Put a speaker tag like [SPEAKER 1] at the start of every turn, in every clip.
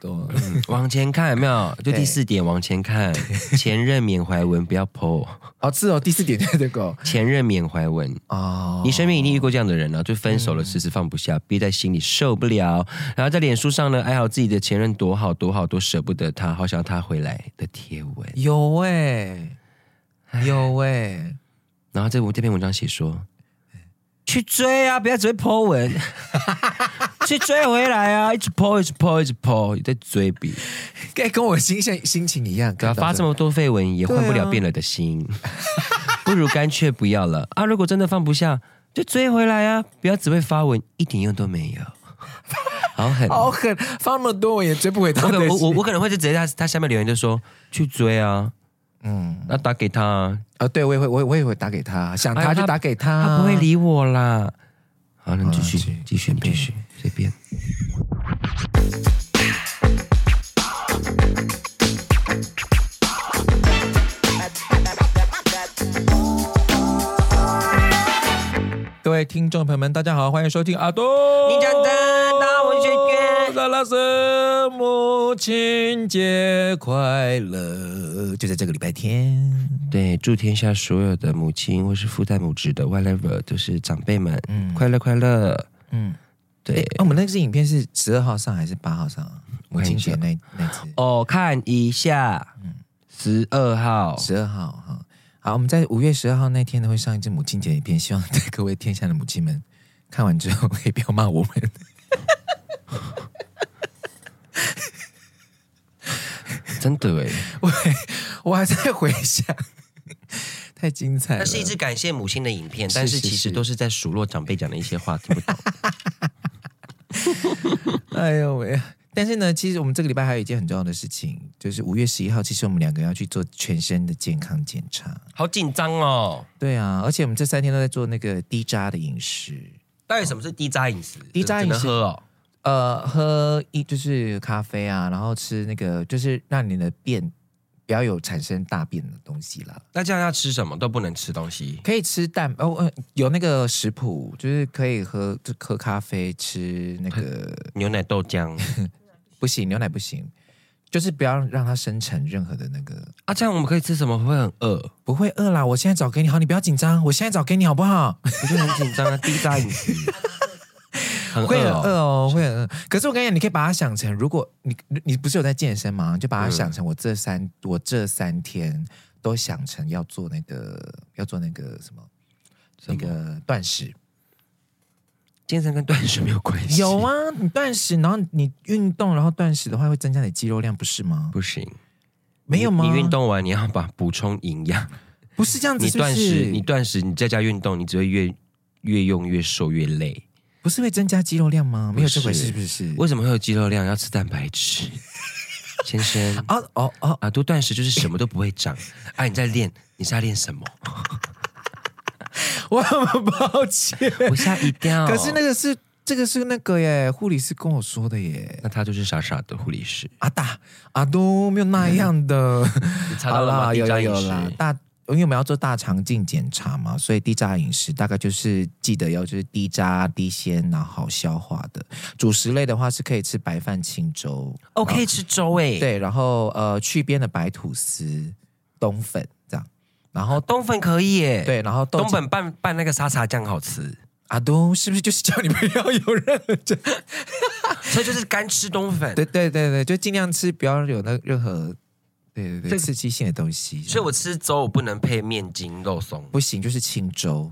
[SPEAKER 1] 懂
[SPEAKER 2] 嗯往前看有没有？就第四点，往前 看，前任缅怀文不要剖，
[SPEAKER 1] 哦，是哦，第四点就是这个
[SPEAKER 2] 前任缅怀文。
[SPEAKER 1] 哦，嗯
[SPEAKER 2] 你身边一定遇过这样的人啊，就分手了，迟迟放不下，憋在心里受不了，然后在脸书上呢哀嚎自己的前任多好多好多舍不得他，好想要他回来的贴文。
[SPEAKER 1] 有哎、有哎、
[SPEAKER 2] 然后这我这篇文章写说，
[SPEAKER 1] 嗯
[SPEAKER 2] 去追啊，不要只会 po 文，去追回来啊，一直 po 一直 po 一直 po，你在追比，
[SPEAKER 1] 哎跟跟我心情心情一样，
[SPEAKER 2] 对啊，
[SPEAKER 1] 看到
[SPEAKER 2] 发这么多绯闻也换不
[SPEAKER 1] 对
[SPEAKER 2] 了
[SPEAKER 1] 啊
[SPEAKER 2] 变了的心，不如干脆不要了啊！如果真的放不下，就追回来啊，不要只会发文，一点用都没 有，好狠。
[SPEAKER 1] 好狠，发那么多我也追不回
[SPEAKER 2] 我
[SPEAKER 1] 他
[SPEAKER 2] 可
[SPEAKER 1] 的
[SPEAKER 2] 我我
[SPEAKER 1] 心
[SPEAKER 2] 我可能会就直接在他他下面留言就说去追啊，
[SPEAKER 1] 嗯
[SPEAKER 2] 那打给他啊，
[SPEAKER 1] 啊，对我也会我也我也会打给他，想
[SPEAKER 2] 哎
[SPEAKER 1] 啊他
[SPEAKER 2] 呀
[SPEAKER 1] 就
[SPEAKER 2] 他
[SPEAKER 1] 打给他，
[SPEAKER 2] 他不会理我啦。好，那你继
[SPEAKER 1] 好
[SPEAKER 2] 续
[SPEAKER 1] 继
[SPEAKER 2] 继续你继续随便。
[SPEAKER 1] 各位听众朋友们，大家好，欢迎收听阿东。
[SPEAKER 2] 你讲的那文学院
[SPEAKER 1] 萨拉斯母亲节快乐！就在这个礼拜天，
[SPEAKER 2] 对，祝天下所有的母亲或是父代母职的 whatever，就是长辈们，
[SPEAKER 1] 嗯
[SPEAKER 2] 快乐快乐。
[SPEAKER 1] 嗯，
[SPEAKER 2] 对
[SPEAKER 1] 哎、，我们那支影片是十二号上还是八号上啊？母亲节
[SPEAKER 2] 我
[SPEAKER 1] 那那支，
[SPEAKER 2] 哦，看一下，十二号，
[SPEAKER 1] 十二号哈。好，我们在五月十二号那天呢，会上一支母亲节影片，希望在各位天下的母亲们看完之后，也不要骂我们。
[SPEAKER 2] 真的哎，
[SPEAKER 1] 我还在回想，太精彩了。
[SPEAKER 2] 那是一支感谢母亲的影片，
[SPEAKER 1] 是
[SPEAKER 2] 但是
[SPEAKER 1] 是
[SPEAKER 2] 其
[SPEAKER 1] 是
[SPEAKER 2] 实都是在数落长辈讲的一些话，听不懂。
[SPEAKER 1] 哎呦喂啊！但是呢，其实我们这个礼拜还有一件很重要的事情，就是五月十一号，其实我们两个要去做全身的健康检查。
[SPEAKER 2] 好紧张哦。
[SPEAKER 1] 对啊，而且我们这三天都在做那个低渣的饮食，
[SPEAKER 2] 到底什么是低渣饮食？
[SPEAKER 1] 低渣饮食
[SPEAKER 2] 只能喝哦。
[SPEAKER 1] 呃，喝一就是咖啡啊，然后吃那个就是让你的便不要有产生大便的东西啦。
[SPEAKER 2] 那这样要吃什么都不能吃东西，
[SPEAKER 1] 可以吃蛋哦，呃，有那个食谱，就是可以喝就喝咖啡，吃那个
[SPEAKER 2] 牛奶、豆浆
[SPEAKER 1] 不行，牛奶不行，就是不要让它生成任何的那个
[SPEAKER 2] 啊。这样我们可以吃什么？会很饿，
[SPEAKER 1] 不会饿啦，我现在找给你，好，你不要紧张，我现在找给你好不好？
[SPEAKER 2] 我就很紧张 啊。低渣饮食，很
[SPEAKER 1] 会很
[SPEAKER 2] 饿
[SPEAKER 1] 饿
[SPEAKER 2] 哦。
[SPEAKER 1] 哦，会很饿。可是我跟你讲，你可以把它想成，如果你你你不是有在健身吗？你就把它想成我这三、我这三天都想成要做那个要做那个什么
[SPEAKER 2] 什么
[SPEAKER 1] 那个断食。
[SPEAKER 2] 健身跟断食没有关系，
[SPEAKER 1] 有啊，你断食，然后你运动，然后断食的话会增加你肌肉量，不是吗？
[SPEAKER 2] 不行。
[SPEAKER 1] 没有吗？
[SPEAKER 2] 你你运动完，你要把补充营养。
[SPEAKER 1] 不是这样子
[SPEAKER 2] 你
[SPEAKER 1] 是不
[SPEAKER 2] 断
[SPEAKER 1] 是，
[SPEAKER 2] 食，你断食，你在家运动，你只会越越用越瘦越累。
[SPEAKER 1] 不是会增加肌肉量吗？没有这回事，
[SPEAKER 2] 是
[SPEAKER 1] 是不是？
[SPEAKER 2] 为什么会有肌肉量？要吃蛋白 质，先生
[SPEAKER 1] 啊哦 哦，
[SPEAKER 2] 啊，多断食就是什么都不会长。啊，你在练，你是在练什么？
[SPEAKER 1] 我很抱歉。
[SPEAKER 2] 我吓一 跳。
[SPEAKER 1] 可是那个是这个是那个耶，护理师跟我说的耶。
[SPEAKER 2] 那他就是傻傻的护理师。
[SPEAKER 1] 阿啊大阿都没有那样的，
[SPEAKER 2] 你查
[SPEAKER 1] 好
[SPEAKER 2] 到了吗？
[SPEAKER 1] 啦，有
[SPEAKER 2] 低
[SPEAKER 1] 啦
[SPEAKER 2] 渣饮
[SPEAKER 1] 有
[SPEAKER 2] 食
[SPEAKER 1] 啦。大，因为我们要做大肠镜检查嘛，所以低渣饮食大概就是记得要就是低渣、低纤，然后好消化的。主食类的话是可以吃白饭、清粥，
[SPEAKER 2] 哦，可以吃粥诶。，
[SPEAKER 1] 对，然后呃去边的白吐司、冬粉这样，然后
[SPEAKER 2] 哦冬粉可以耶。，
[SPEAKER 1] 对，然后豆
[SPEAKER 2] 冬
[SPEAKER 1] 粉
[SPEAKER 2] 粉拌拌那个沙茶酱好吃，
[SPEAKER 1] 阿都是不是就是叫你不要有任何这
[SPEAKER 2] 所以就是干吃冬粉。
[SPEAKER 1] 对对对对，就尽量吃，不要有那任何对对
[SPEAKER 2] 这
[SPEAKER 1] 对
[SPEAKER 2] 个
[SPEAKER 1] 刺激性的东西。
[SPEAKER 2] 所以我吃粥我不能配面筋肉松。
[SPEAKER 1] 不行，就是清粥，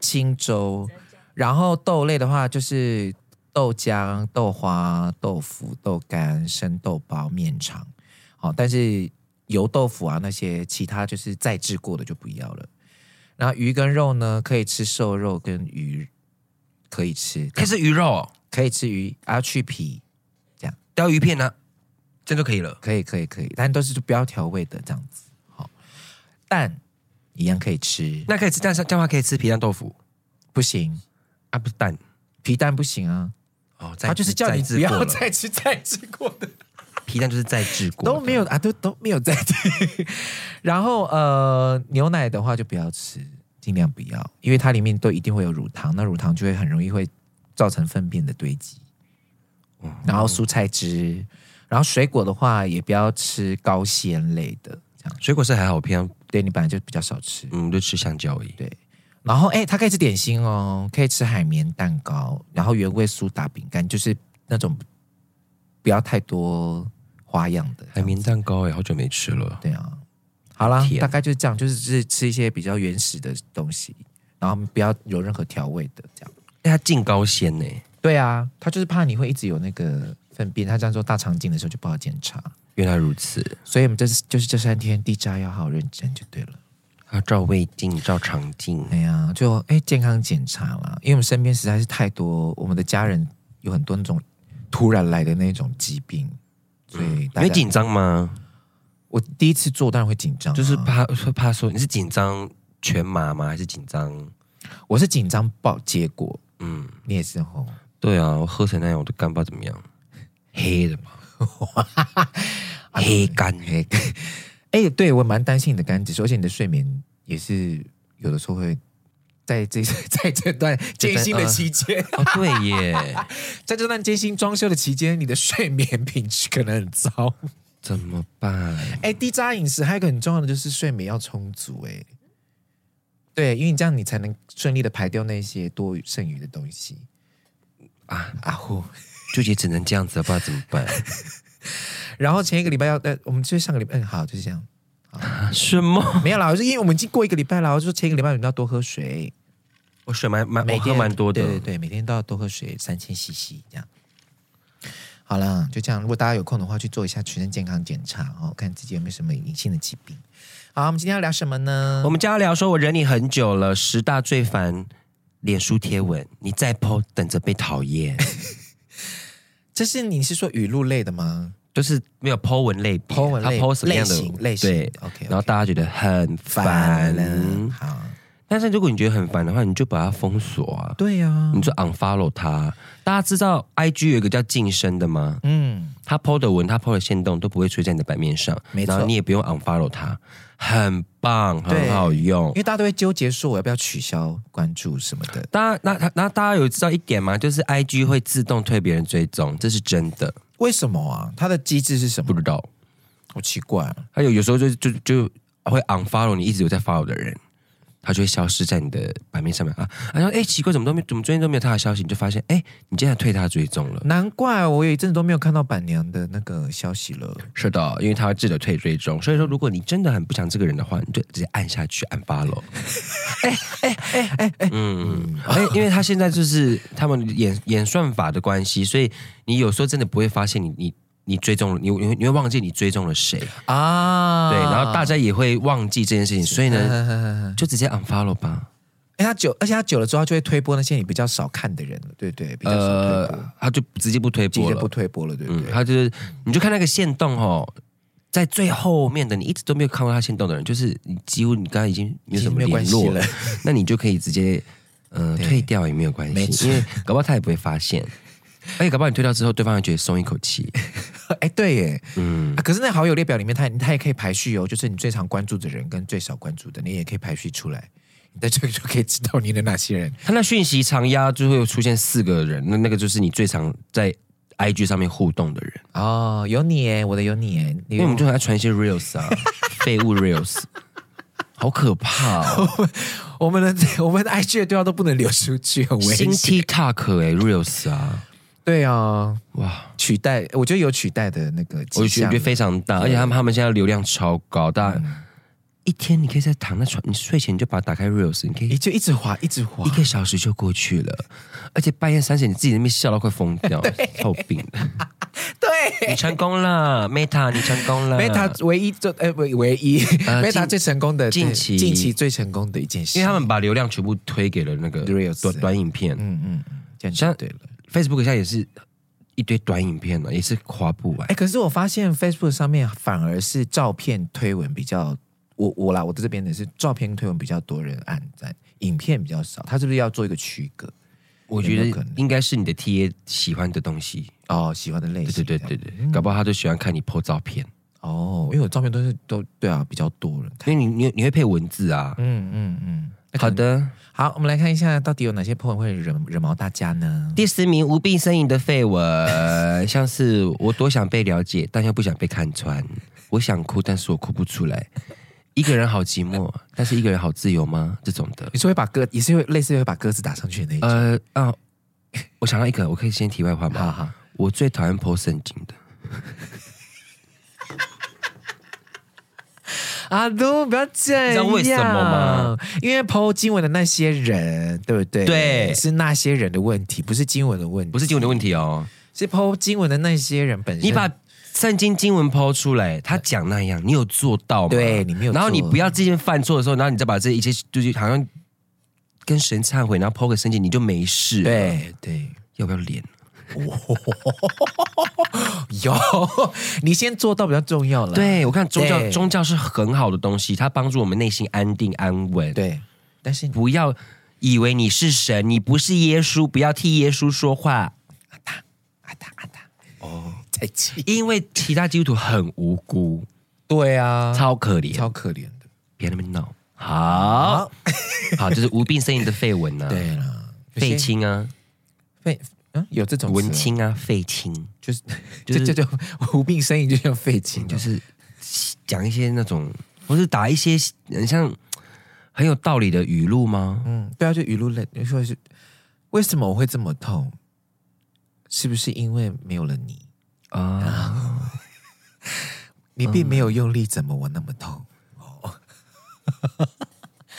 [SPEAKER 1] 清粥。然后豆类的话，就是豆浆、豆花、豆腐、豆干、生豆包、面肠。好、但是油豆腐啊那些其他就是再制过的就不要了。然后鱼跟肉呢，可以吃瘦肉跟鱼，可以吃，
[SPEAKER 2] 可以吃鱼肉、
[SPEAKER 1] 可以吃鱼，啊去皮，
[SPEAKER 2] 鲷鱼片呢，这样就可以了。
[SPEAKER 1] 可以，可以，可以，但都是就不要调味的这样子。好，蛋一样可以吃，
[SPEAKER 2] 那可以吃蛋，这样的话可以吃皮蛋豆腐
[SPEAKER 1] 不行，
[SPEAKER 2] 啊，不是蛋
[SPEAKER 1] 皮蛋不行啊，
[SPEAKER 2] 哦，再
[SPEAKER 1] 他就是叫你
[SPEAKER 2] 再制
[SPEAKER 1] 不
[SPEAKER 2] 过
[SPEAKER 1] 要
[SPEAKER 2] 了
[SPEAKER 1] 再吃再吃过的，
[SPEAKER 2] 皮蛋就是再制过的，
[SPEAKER 1] 都没有啊，都都没有再吃。然后呃，牛奶的话就不要吃，尽量不要，因为它里面都一定会有乳糖，那乳糖就会哦很容易会造成粪便的堆积。然后蔬菜汁，然后水果的话，也不要吃高纤类的，这样。
[SPEAKER 2] 水果是还好，我平常
[SPEAKER 1] 对你本来就比较少吃。
[SPEAKER 2] 嗯就吃香蕉而已。
[SPEAKER 1] 对，然后哎，它可以吃点心哦，可以吃海绵蛋糕，然后原味苏打饼干，就是那种不要太多花样的。
[SPEAKER 2] 海绵蛋糕哎，好久没吃了。
[SPEAKER 1] 对啊，好啦，
[SPEAKER 2] 甜
[SPEAKER 1] 大概就是这样，就是吃吃一些比较原始的东西，然后不要有任何调味的这样。
[SPEAKER 2] 哎，它净高纤呢，
[SPEAKER 1] 对啊，他就是怕你会一直有那个粪便，他这样做大肠镜的时候就不好检查，
[SPEAKER 2] 原来如此。
[SPEAKER 1] 所以我们这是就是这三天低渣要好好认真就对了。
[SPEAKER 2] 要啊照胃镜，照肠镜。
[SPEAKER 1] 哎呀，就哎健康检查啦，因为我们身边实在是太多，我们的家人有很多那种突然来的那种疾病，所以
[SPEAKER 2] 你
[SPEAKER 1] 大
[SPEAKER 2] 会
[SPEAKER 1] 家、
[SPEAKER 2] 紧张吗？
[SPEAKER 1] 我第一次做当然会紧张啊、
[SPEAKER 2] 就是怕会怕说你是紧张全麻吗？还是紧张？
[SPEAKER 1] 我是紧张爆结果，
[SPEAKER 2] 嗯，
[SPEAKER 1] 你也是吼，
[SPEAKER 2] 对啊，我喝成那样我都干不知道怎么样，黑的嘛， 黑干黑干。
[SPEAKER 1] 哎，对我蛮担心你的肝指数，而且你的睡眠也是有的时候会。在这 在这段艰辛的期间，
[SPEAKER 2] 哦，对耶，
[SPEAKER 1] 在这段艰辛装修的期间，你的睡眠品质可能很糟。
[SPEAKER 2] 怎么办？
[SPEAKER 1] 哎，低渣饮食还有一个很重要的就是睡眠要充足、哎，对，因为你这样你才能顺利的排掉那些多余剩余的东西
[SPEAKER 2] 啊
[SPEAKER 1] 啊呼。
[SPEAKER 2] 就也只能这样子了，不知道怎么办。
[SPEAKER 1] 然后前一个礼拜要，呃，我们就上个礼拜，嗯，好，就是这样，
[SPEAKER 2] 什么？
[SPEAKER 1] 没有啦，我是因为我们已经过一个礼拜了，我就说前一个礼拜我们要多喝水，
[SPEAKER 2] 我水蛮蛮，
[SPEAKER 1] 每
[SPEAKER 2] 啊我
[SPEAKER 1] 天
[SPEAKER 2] 喝蛮多的
[SPEAKER 1] 对。对对，每天都要多喝水，三千 CC 这样。好啦，就这样。如果大家有空的话，去做一下全身健康检查哦，看自己有没有什么隐性的疾病。好，我们今天要聊什么呢
[SPEAKER 2] 我？们家聊说，我忍你很久了，十大最烦脸书贴文，你再 PO 等着被讨厌，
[SPEAKER 1] 这是你是说语录类的吗？
[SPEAKER 2] 就是没有 PO 文类别，啊
[SPEAKER 1] 剖文
[SPEAKER 2] 他
[SPEAKER 1] 类
[SPEAKER 2] PO 什么
[SPEAKER 1] 类
[SPEAKER 2] 样的
[SPEAKER 1] 型类型
[SPEAKER 2] 对，
[SPEAKER 1] ，OK，
[SPEAKER 2] 然后大家觉得很
[SPEAKER 1] 烦
[SPEAKER 2] 烦。
[SPEAKER 1] 了，好，
[SPEAKER 2] 但是如果你觉得很烦的话，你就把它封锁啊，
[SPEAKER 1] 对呀，
[SPEAKER 2] 你就 unfollow 他。大家知道 IG 有一个叫晋升的吗？
[SPEAKER 1] 嗯，
[SPEAKER 2] 他 PO 的文，他 PO 的线动都不会出现在你的版面上，
[SPEAKER 1] 没错
[SPEAKER 2] 然后你也不用 unfollow 他，很棒，
[SPEAKER 1] 对
[SPEAKER 2] 很好用
[SPEAKER 1] 因。为大家都会纠结说我要不要取消关注什么的，
[SPEAKER 2] 大家那那那大家有知道一点吗？就是 I G 会自动退别人追踪，这是真的，
[SPEAKER 1] 为什么啊？它的机制是什
[SPEAKER 2] 不
[SPEAKER 1] 么？
[SPEAKER 2] 知道。
[SPEAKER 1] 好奇怪啊！
[SPEAKER 2] 还有有时候就就就会 unfollow 你一直有在 follow 的人，他就会消失在你的版面上面啊。然后哎，奇怪，怎么都没怎么最近都没有他的消息？你就发现哎，你竟然退他追踪了。
[SPEAKER 1] 难怪我有一阵子都没有看到板娘的那个消息了。
[SPEAKER 2] 是的，因为他会自动退追踪，所以说如果你真的很不想这个人的话，你就直接按下去按 follow。哎哎哎哎哎，嗯， 哎，因为他现在就是他们演演算法的关系，所以你有时候真的不会发现你你你追踪了，你你你会忘记你追踪了谁，
[SPEAKER 1] 啊，
[SPEAKER 2] 对，然后大家也会忘记这件事情，所以呢，
[SPEAKER 1] 呢，
[SPEAKER 2] 就直接 unfollow 吧。
[SPEAKER 1] 哎，他久，而且他久了之后，他就会推播那些你比较少看的人了，对不对，比较少推播，
[SPEAKER 2] 呃，他就直接不推
[SPEAKER 1] 直
[SPEAKER 2] 播
[SPEAKER 1] 接
[SPEAKER 2] 了
[SPEAKER 1] 不，推播了，对不
[SPEAKER 2] 嗯，
[SPEAKER 1] 对？
[SPEAKER 2] 他就是你就看那个线动哦。在最后面的你一直都没有看过他线动的人，就是你几乎你刚刚已经没有什么
[SPEAKER 1] 其实没有
[SPEAKER 2] 联
[SPEAKER 1] 关系
[SPEAKER 2] 络
[SPEAKER 1] 了，
[SPEAKER 2] 那你就可以直接呃
[SPEAKER 1] 对
[SPEAKER 2] 退掉也没有关
[SPEAKER 1] 没
[SPEAKER 2] 系，
[SPEAKER 1] 错
[SPEAKER 2] 因为搞不好他也不会发现，而且搞不好你退掉之后，对方会觉得松一口 气。
[SPEAKER 1] 哎，对耶，
[SPEAKER 2] 嗯
[SPEAKER 1] 啊，可是那好友列表里面它，它也可以排序哦，就是你最常关注的人跟最少关注的，你也可以排序出来。你在这个就可以知道你的哪些人。
[SPEAKER 2] 他那讯息长压就会出现四个人，那那个就是你最常在 IG 上面互动的 人，
[SPEAKER 1] 哦，有你耶，我的有你耶，你
[SPEAKER 2] 因为我们就很爱传一些 reels 啊，废物 reels，好可怕 哦，
[SPEAKER 1] 我们的 我们的 IG 的对话都不能流出去，很危
[SPEAKER 2] 新
[SPEAKER 1] 险。
[SPEAKER 2] TikTok 哎、reels 啊，
[SPEAKER 1] 对啊，
[SPEAKER 2] 哇。
[SPEAKER 1] 取代，我觉得有取代的那个
[SPEAKER 2] 我
[SPEAKER 1] 迹
[SPEAKER 2] 觉
[SPEAKER 1] 象
[SPEAKER 2] 得。非常大，而且他们他们现在流量超高，大家
[SPEAKER 1] 嗯
[SPEAKER 2] 一天你可以在躺在床，你睡前你就把它打开 reels，你可以
[SPEAKER 1] 你就一直滑，一直滑
[SPEAKER 2] 一。个小时就过去了，而且半夜三点你自己在那边笑到快疯 掉，臭病了，
[SPEAKER 1] 对
[SPEAKER 2] 你成功了，Meta，你成功了
[SPEAKER 1] ，Meta 唯一最呃唯唯一
[SPEAKER 2] 呃近
[SPEAKER 1] Meta 最成功的
[SPEAKER 2] 近
[SPEAKER 1] 对
[SPEAKER 2] 期
[SPEAKER 1] 近期最成功的一件事。
[SPEAKER 2] 因为他们把流量全部推给了那个
[SPEAKER 1] Reels
[SPEAKER 2] 短短影片
[SPEAKER 1] 嗯嗯嗯，这样
[SPEAKER 2] 像
[SPEAKER 1] 就对了。
[SPEAKER 2] ，Facebook 现在也是一堆短影片了，也是啊划不完
[SPEAKER 1] 哎、。可是我发现 Facebook 上面反而是照片推文比较，我我啦，我的这边的是照片推文比较多人按赞，影片比较少，他是不是要做一个区隔？
[SPEAKER 2] 我觉
[SPEAKER 1] 有没有可
[SPEAKER 2] 得
[SPEAKER 1] 能
[SPEAKER 2] 应该是你的 TA 喜欢的东西，
[SPEAKER 1] 哦，喜欢的类
[SPEAKER 2] 对
[SPEAKER 1] 型，
[SPEAKER 2] 对对
[SPEAKER 1] 这
[SPEAKER 2] 对
[SPEAKER 1] 样，
[SPEAKER 2] 对，搞不好他就喜欢看你 po 照片，
[SPEAKER 1] 哦，因为我照片都是都对啊，比较多人看，
[SPEAKER 2] 因为你你你会配文字啊，
[SPEAKER 1] 嗯嗯嗯，
[SPEAKER 2] 好的，
[SPEAKER 1] 好，我们来看一下到底有哪些 point 会惹惹毛大家呢？
[SPEAKER 2] 第十名无病呻吟的绯闻，像是我多想被了解，但又不想被看穿。我想哭，但是我哭不出来。一个人好寂寞，但是一个人好自由吗？这种的，
[SPEAKER 1] 你是会把歌，也是会类似会把歌词打上去的那一种。
[SPEAKER 2] 呃啊，我想到一个，我可以先题外话吗？
[SPEAKER 1] 好好，
[SPEAKER 2] 我最讨厌剖圣经的，
[SPEAKER 1] 阿啊都不要这样，
[SPEAKER 2] 你知道为什么吗？
[SPEAKER 1] 因为剖经文的那些人，对不对？
[SPEAKER 2] 对
[SPEAKER 1] 是那些人的问题，不是经文的问题，
[SPEAKER 2] 不是经文的问题哦。
[SPEAKER 1] 是剖经文的那些人本身。
[SPEAKER 2] 你把圣经经文抛出来，他讲那样，你有做到吗？
[SPEAKER 1] 对你没有做
[SPEAKER 2] 然后你不要之前犯错的时候，然后你再把这一切就是好像跟神忏悔，然后抛个圣经，你就没事。，
[SPEAKER 1] 对对。
[SPEAKER 2] 要不要脸？
[SPEAKER 1] 有， 你先做到比较重要了。
[SPEAKER 2] 对，我看宗教
[SPEAKER 1] 对
[SPEAKER 2] 宗教是很好的东西，它帮助我们内心安定安稳。，
[SPEAKER 1] 对，但是你
[SPEAKER 2] 不要以为你是神，你不是耶稣，不要替耶稣说话，
[SPEAKER 1] 啊哒啊哒，哦，再气。
[SPEAKER 2] 因为其他基督徒很无辜，
[SPEAKER 1] 对啊，
[SPEAKER 2] 超可怜，
[SPEAKER 1] 超可怜的。
[SPEAKER 2] 别那么闹。好， 好，就是无病呻吟的绯闻啊，
[SPEAKER 1] 对啦，
[SPEAKER 2] 废
[SPEAKER 1] 有些
[SPEAKER 2] 青啊，
[SPEAKER 1] 废嗯有这种词哦
[SPEAKER 2] 文，青啊，废青，
[SPEAKER 1] 就是
[SPEAKER 2] 就是
[SPEAKER 1] 这这 就无病呻吟就叫废青，
[SPEAKER 2] 就
[SPEAKER 1] 就是
[SPEAKER 2] 是讲一些那种，不是打一些很像很有道理的语录吗？
[SPEAKER 1] 嗯，对啊，就语录类，你说是为什么我会这么痛？是不是因为没有了你？
[SPEAKER 2] 啊，
[SPEAKER 1] 你并没有用力，怎么我那么痛？哦，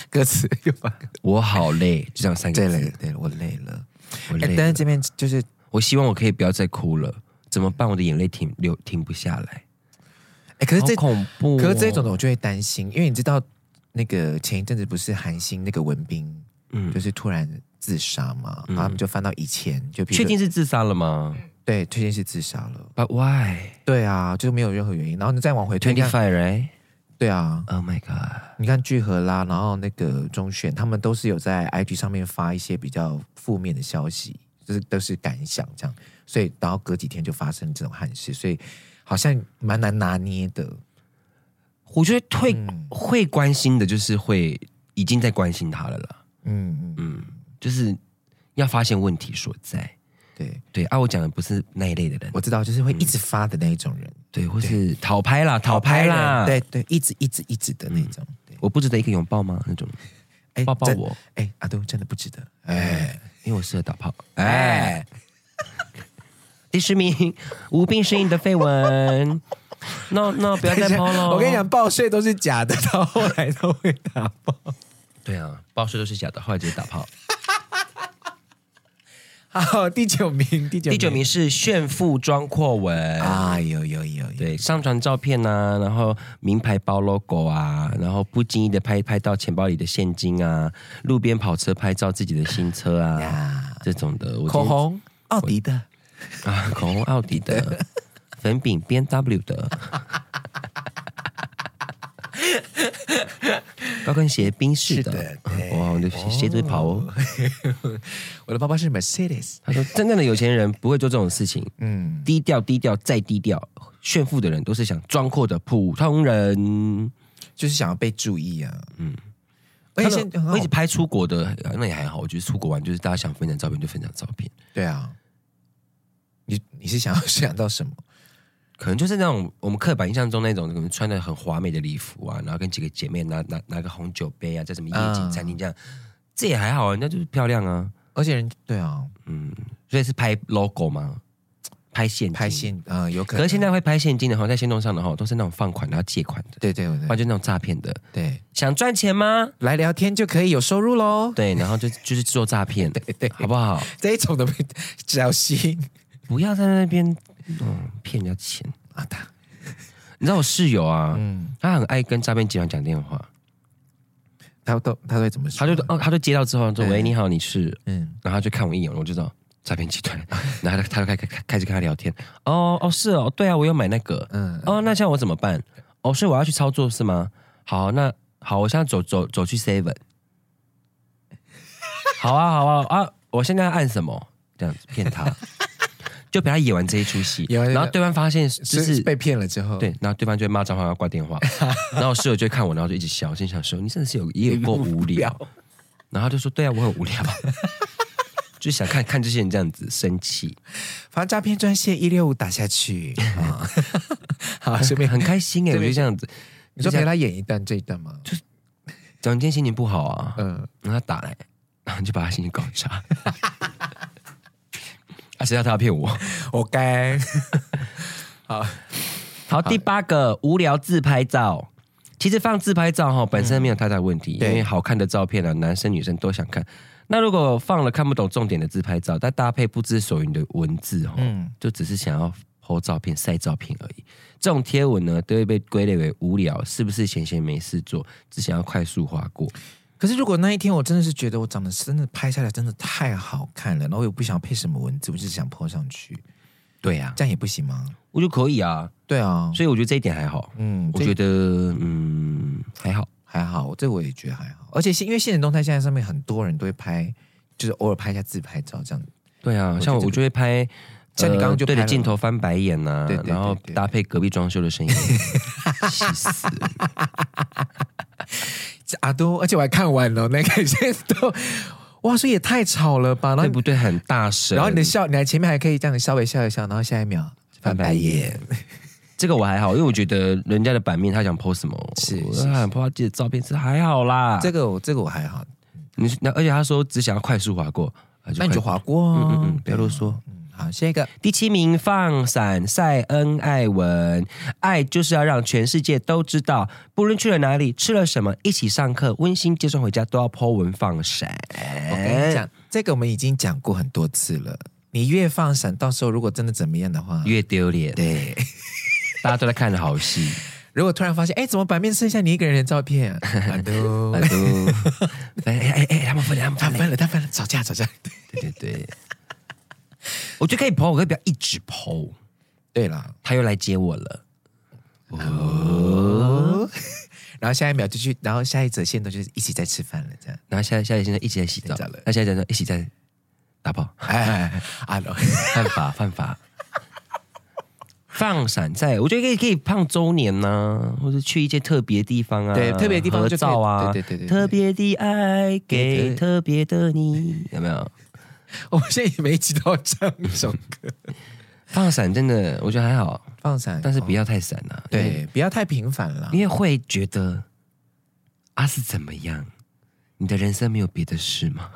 [SPEAKER 1] 歌词又把
[SPEAKER 2] 我好 累，就这样三个
[SPEAKER 1] 对
[SPEAKER 2] 字，
[SPEAKER 1] 了，对了，我累了。
[SPEAKER 2] 我
[SPEAKER 1] 哎，
[SPEAKER 2] 累
[SPEAKER 1] 但
[SPEAKER 2] 了
[SPEAKER 1] 是这边就是
[SPEAKER 2] 我希望我可以不要再哭了，怎么办？我的眼泪停流停不下来，
[SPEAKER 1] 哎，可是这
[SPEAKER 2] 好恐怖哦、
[SPEAKER 1] 可是这种的我就会担心，因为你知道那个前一阵子不是韩星那个文斌，
[SPEAKER 2] 嗯
[SPEAKER 1] 就是突然自杀嘛，然后他们就翻到以前，就比如
[SPEAKER 2] 确定是自杀了吗
[SPEAKER 1] 对确定是自杀了，
[SPEAKER 2] ？But why?
[SPEAKER 1] 对啊，就是没有任何原因。然后你再往回推，你
[SPEAKER 2] Twenty
[SPEAKER 1] 看
[SPEAKER 2] five, right?
[SPEAKER 1] 对啊，
[SPEAKER 2] Oh my god!
[SPEAKER 1] 你看聚合啦，然后那个钟铉，他们都是有在 IG 上面发一些比较负面的消息，就是都是感想这样，所以然后隔几天就发生这种憾事，所以好像蛮难拿捏的。
[SPEAKER 2] 我觉得会、
[SPEAKER 1] 嗯
[SPEAKER 2] 会关心的，就是会已经在关心他了啦。
[SPEAKER 1] 嗯嗯，
[SPEAKER 2] 嗯，就是要发现问题所在。
[SPEAKER 1] 对，
[SPEAKER 2] 对啊，我讲的不是那一类的人，
[SPEAKER 1] 我知道，就是会一直发的那一种人。
[SPEAKER 2] 对，或是讨拍啦，讨嗯拍啦，
[SPEAKER 1] 对对，一直一直一直的那种。对，
[SPEAKER 2] 我不值得一个拥抱吗？那种，
[SPEAKER 1] 哎
[SPEAKER 2] 抱抱
[SPEAKER 1] 真
[SPEAKER 2] 我
[SPEAKER 1] 哎，阿东真的不值得。哎
[SPEAKER 2] 因为我适合打炮。哎，
[SPEAKER 1] 哎，
[SPEAKER 2] 第十名，无病呻吟的绯闻。no no，不要 再抛了。
[SPEAKER 1] 我跟你，讲，报税都是假的，到后来都会打爆。
[SPEAKER 2] 对啊，报税都是假的，后来直接打炮。
[SPEAKER 1] 好，第九名，第九
[SPEAKER 2] 第九名，是炫富装阔文。
[SPEAKER 1] 啊，有有有有，
[SPEAKER 2] 对，上传照片啊，然后名牌包 logo 啊，然后不经意的拍拍到钱包里的现金啊，路边跑车拍照自己的新车啊，
[SPEAKER 1] 呀
[SPEAKER 2] 这种的。我今天
[SPEAKER 1] 口红，奥迪哦的，
[SPEAKER 2] 啊，口红奥迪 的，粉饼 B N W 的，高跟鞋冰士的，啊哇，我的鞋子会跑哦。
[SPEAKER 1] 我的包包是 Mercedes。
[SPEAKER 2] 他说，真正的有钱人不会做这种事情，
[SPEAKER 1] 嗯，
[SPEAKER 2] 低调低调再低调，炫富的人都是想装阔的普通人。
[SPEAKER 1] 就是想要被注意啊。嗯，而
[SPEAKER 2] 我
[SPEAKER 1] 且
[SPEAKER 2] 以
[SPEAKER 1] 现
[SPEAKER 2] 前
[SPEAKER 1] 在
[SPEAKER 2] 我一直拍出国的，那也还好。我觉得出国玩就是大家想分享照片就分享照片，
[SPEAKER 1] 对啊，你你是想要想到什么？
[SPEAKER 2] 可能就是那种我们刻板印象中那种，可能穿的很华美的礼服啊，然后跟几个姐妹拿拿拿个红酒杯啊，在什么夜景餐厅这样，这也还好啊，人家就是漂亮啊，
[SPEAKER 1] 而且人对啊，
[SPEAKER 2] 嗯，所以是拍 logo 吗？拍现金
[SPEAKER 1] 拍，现啊、有可
[SPEAKER 2] 可
[SPEAKER 1] 能
[SPEAKER 2] 是现在会拍现金的话，在行动上的话都是那种放款然后借款的，
[SPEAKER 1] 对对对
[SPEAKER 2] 或者那种诈骗的，
[SPEAKER 1] 对，
[SPEAKER 2] 想赚钱吗？
[SPEAKER 1] 来聊天就可以有收入喽。
[SPEAKER 2] 对，然后就就是做诈骗， 对
[SPEAKER 1] 对
[SPEAKER 2] 好不好？
[SPEAKER 1] 这一种的被小心
[SPEAKER 2] 不要在那边嗯骗人家钱。
[SPEAKER 1] 啊，他
[SPEAKER 2] 你知道我室友啊，
[SPEAKER 1] 嗯，
[SPEAKER 2] 他很爱跟诈骗集团讲电话，
[SPEAKER 1] 他都他会怎么说？
[SPEAKER 2] 他就哦，他就接到之后说：“
[SPEAKER 1] 嗯
[SPEAKER 2] 喂，你好，你是？”
[SPEAKER 1] 嗯，
[SPEAKER 2] 然后他就看我一眼，我就知道诈骗集团。 然后他他就开开开始跟他聊天。哦哦，是哦，对啊，我有买那个。
[SPEAKER 1] 嗯
[SPEAKER 2] 嗯，哦，那像我怎么办？哦，所以我要去操作是吗？好，那好，我现在走走走去 seven。好啊，好啊啊！我现在要按什么？这样子骗他， 就陪他演完这一出戏。
[SPEAKER 1] 演完这个
[SPEAKER 2] 然后对方发现就是是
[SPEAKER 1] 被骗了之后，
[SPEAKER 2] 对，然后对方就会骂脏话， 要挂电话。然后我室友就会看我，然后就一直笑，心想说：“你真的是有也有够无聊。”然后他就说：“对啊，我很无聊， 就想看看这些人这样子生气，
[SPEAKER 1] 反正诈骗专线一六五打下 去啊。好，顺便
[SPEAKER 2] 很开心哎、
[SPEAKER 1] 这
[SPEAKER 2] 我
[SPEAKER 1] 边
[SPEAKER 2] 就这样子。
[SPEAKER 1] 你说陪他演一段这一段吗？
[SPEAKER 2] 讲你今天心情不好啊，
[SPEAKER 1] 嗯，
[SPEAKER 2] 然后他打来，然后就把他心情搞砸。 啊，谁叫他要骗我？
[SPEAKER 1] 我该
[SPEAKER 2] 好，第八个无聊自拍照。其实放自拍照哈，本身没有太大问题，因
[SPEAKER 1] 对
[SPEAKER 2] 为好看的照片啊，男生女生都想看。那如果放了看不懂重点的自拍照，再搭配不知所云的文字哈，
[SPEAKER 1] 嗯
[SPEAKER 2] 就只是想要 po 照片、晒照片而已。这种贴文呢，都会被归类为无聊，是不是闲闲没事做，只想要快速划过？
[SPEAKER 1] 可是如果那一天我真的是觉得我长得真的拍下来真的太好看了，然后我也不想配什么文字，我就是想 po 上去，
[SPEAKER 2] 对呀、
[SPEAKER 1] 这样也不行吗？
[SPEAKER 2] 我觉得可以啊，
[SPEAKER 1] 对啊，
[SPEAKER 2] 所以我觉得这一点还好。
[SPEAKER 1] 嗯，
[SPEAKER 2] 我
[SPEAKER 1] 这
[SPEAKER 2] 觉得嗯还好，
[SPEAKER 1] 还好，我这我也觉得还好。而且现因为现实动态现在上面很多人都会拍，就是偶尔拍一下自拍照这样。
[SPEAKER 2] 对啊，
[SPEAKER 1] 觉得
[SPEAKER 2] 像我
[SPEAKER 1] 这个
[SPEAKER 2] 我就会拍，呃
[SPEAKER 1] 像你刚刚就
[SPEAKER 2] 对
[SPEAKER 1] 拍
[SPEAKER 2] 着
[SPEAKER 1] 了
[SPEAKER 2] 镜头翻白眼呐、
[SPEAKER 1] 对对对
[SPEAKER 2] 然后
[SPEAKER 1] 对
[SPEAKER 2] 搭配隔壁装修的声 音，气死了！
[SPEAKER 1] 啊都，而且我还看完了那个现实动，哇，所以也太吵了吧？然后
[SPEAKER 2] 对
[SPEAKER 1] 你
[SPEAKER 2] 不对？很大声。
[SPEAKER 1] 然后你的笑，你还前面还可以这样稍微笑一笑，然后下一秒翻白眼。
[SPEAKER 2] 这个我还好，因为我觉得人家的版面他想 po 什么，
[SPEAKER 1] 是
[SPEAKER 2] 我
[SPEAKER 1] 是
[SPEAKER 2] 很 po 他自己的照片是还好啦。
[SPEAKER 1] 这个我这个我还好，
[SPEAKER 2] 啊你那而且他说只想要快速划过，啊
[SPEAKER 1] 那你就
[SPEAKER 2] 快
[SPEAKER 1] 划过、啊，
[SPEAKER 2] 嗯嗯嗯不要
[SPEAKER 1] 对啊
[SPEAKER 2] 啰嗦。
[SPEAKER 1] 嗯，好，下一个，
[SPEAKER 2] 第七名放闪晒恩爱文，爱就是要让全世界都知道，不论去了哪里，吃了什么，一起上课，温馨接送回家，都要 po 文放闪。哎
[SPEAKER 1] 我跟你讲，这个我们已经讲过很多次了。你越放闪，到时候如果真的怎么样的话，
[SPEAKER 2] 越丢脸，
[SPEAKER 1] 对。
[SPEAKER 2] 大家都在看好 戏。
[SPEAKER 1] 如果突然发现，哎，怎么版面剩下你一个人的照片？ 啊都
[SPEAKER 2] 啊都，哎哎哎，他们分了，他们
[SPEAKER 1] 他
[SPEAKER 2] 分了，
[SPEAKER 1] 翻了，他翻了，吵架吵架。
[SPEAKER 2] 对对对。我觉得可以剖，我可以不要一直剖。
[SPEAKER 1] 对了，
[SPEAKER 2] 他又来接我了，
[SPEAKER 1] 然后下一秒就去，然后下一则线都就是一起在吃饭了，这样。
[SPEAKER 2] 然后现在现在现在一起在洗澡
[SPEAKER 1] 洗澡了，
[SPEAKER 2] 那现在在一起在打炮，
[SPEAKER 1] 哎，阿龙，
[SPEAKER 2] 犯法犯法。放闪在，我觉得可以可以放周年呐、或者去一些特别地方啊，
[SPEAKER 1] 对特别地方
[SPEAKER 2] 合
[SPEAKER 1] 就可以
[SPEAKER 2] 照啊，
[SPEAKER 1] 对对对对对
[SPEAKER 2] 特别的爱
[SPEAKER 1] 对
[SPEAKER 2] 给
[SPEAKER 1] 对
[SPEAKER 2] 特别的你，有没有？
[SPEAKER 1] 我们现在也没集到这样一首歌。
[SPEAKER 2] 放闪真的我觉得还好，
[SPEAKER 1] 放闪，
[SPEAKER 2] 但是不
[SPEAKER 1] 要、
[SPEAKER 2] 要太闪啊，因为
[SPEAKER 1] 对，不要太频繁了
[SPEAKER 2] 因。为会觉得啊是怎么样？你的人生没有别的事吗？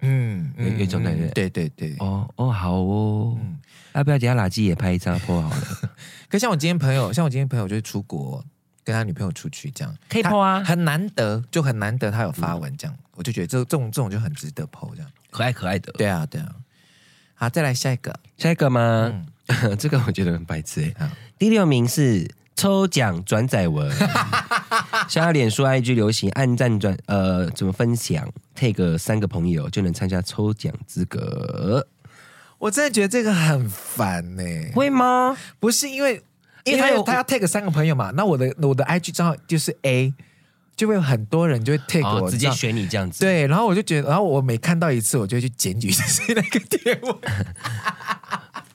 [SPEAKER 1] 嗯，
[SPEAKER 2] 有有一种感觉
[SPEAKER 1] 嗯对对对。
[SPEAKER 2] 哦哦，好哦，
[SPEAKER 1] 嗯
[SPEAKER 2] 要不要等下垃圾也拍一张 po 好了？
[SPEAKER 1] 可像我今天朋友，像我今天朋友就是出国，跟他女朋友出去这样，
[SPEAKER 2] 可以
[SPEAKER 1] 他
[SPEAKER 2] po 啊
[SPEAKER 1] 很难得，就很难得他有发文这样，我就觉得这这种这种就很值得 PO 这样。
[SPEAKER 2] 可爱可爱的。
[SPEAKER 1] 对啊，对啊。嗯好，再来下一个，
[SPEAKER 2] 下一个吗？这个我觉得很白痴哎
[SPEAKER 1] 好。
[SPEAKER 2] 第六名是抽奖转载 文，现在脸书 IG 流行按赞转呃怎么分享，take 三个朋友就能参加抽奖资格，
[SPEAKER 1] 我真的觉得这个很烦呢、
[SPEAKER 2] 会吗？
[SPEAKER 1] 不是因为，
[SPEAKER 2] 因
[SPEAKER 1] 因为
[SPEAKER 2] 为
[SPEAKER 1] 他
[SPEAKER 2] 还有
[SPEAKER 1] 有他要 take 三个朋友嘛，那我的我的 IG 账号就是 A，就会有很多人就会 take 我、
[SPEAKER 2] 哦，直
[SPEAKER 1] 这
[SPEAKER 2] 接
[SPEAKER 1] 样
[SPEAKER 2] 选你这样子。
[SPEAKER 1] 对，然后我就觉得，然后我每看到一次，我就会去检举谁那个贴文。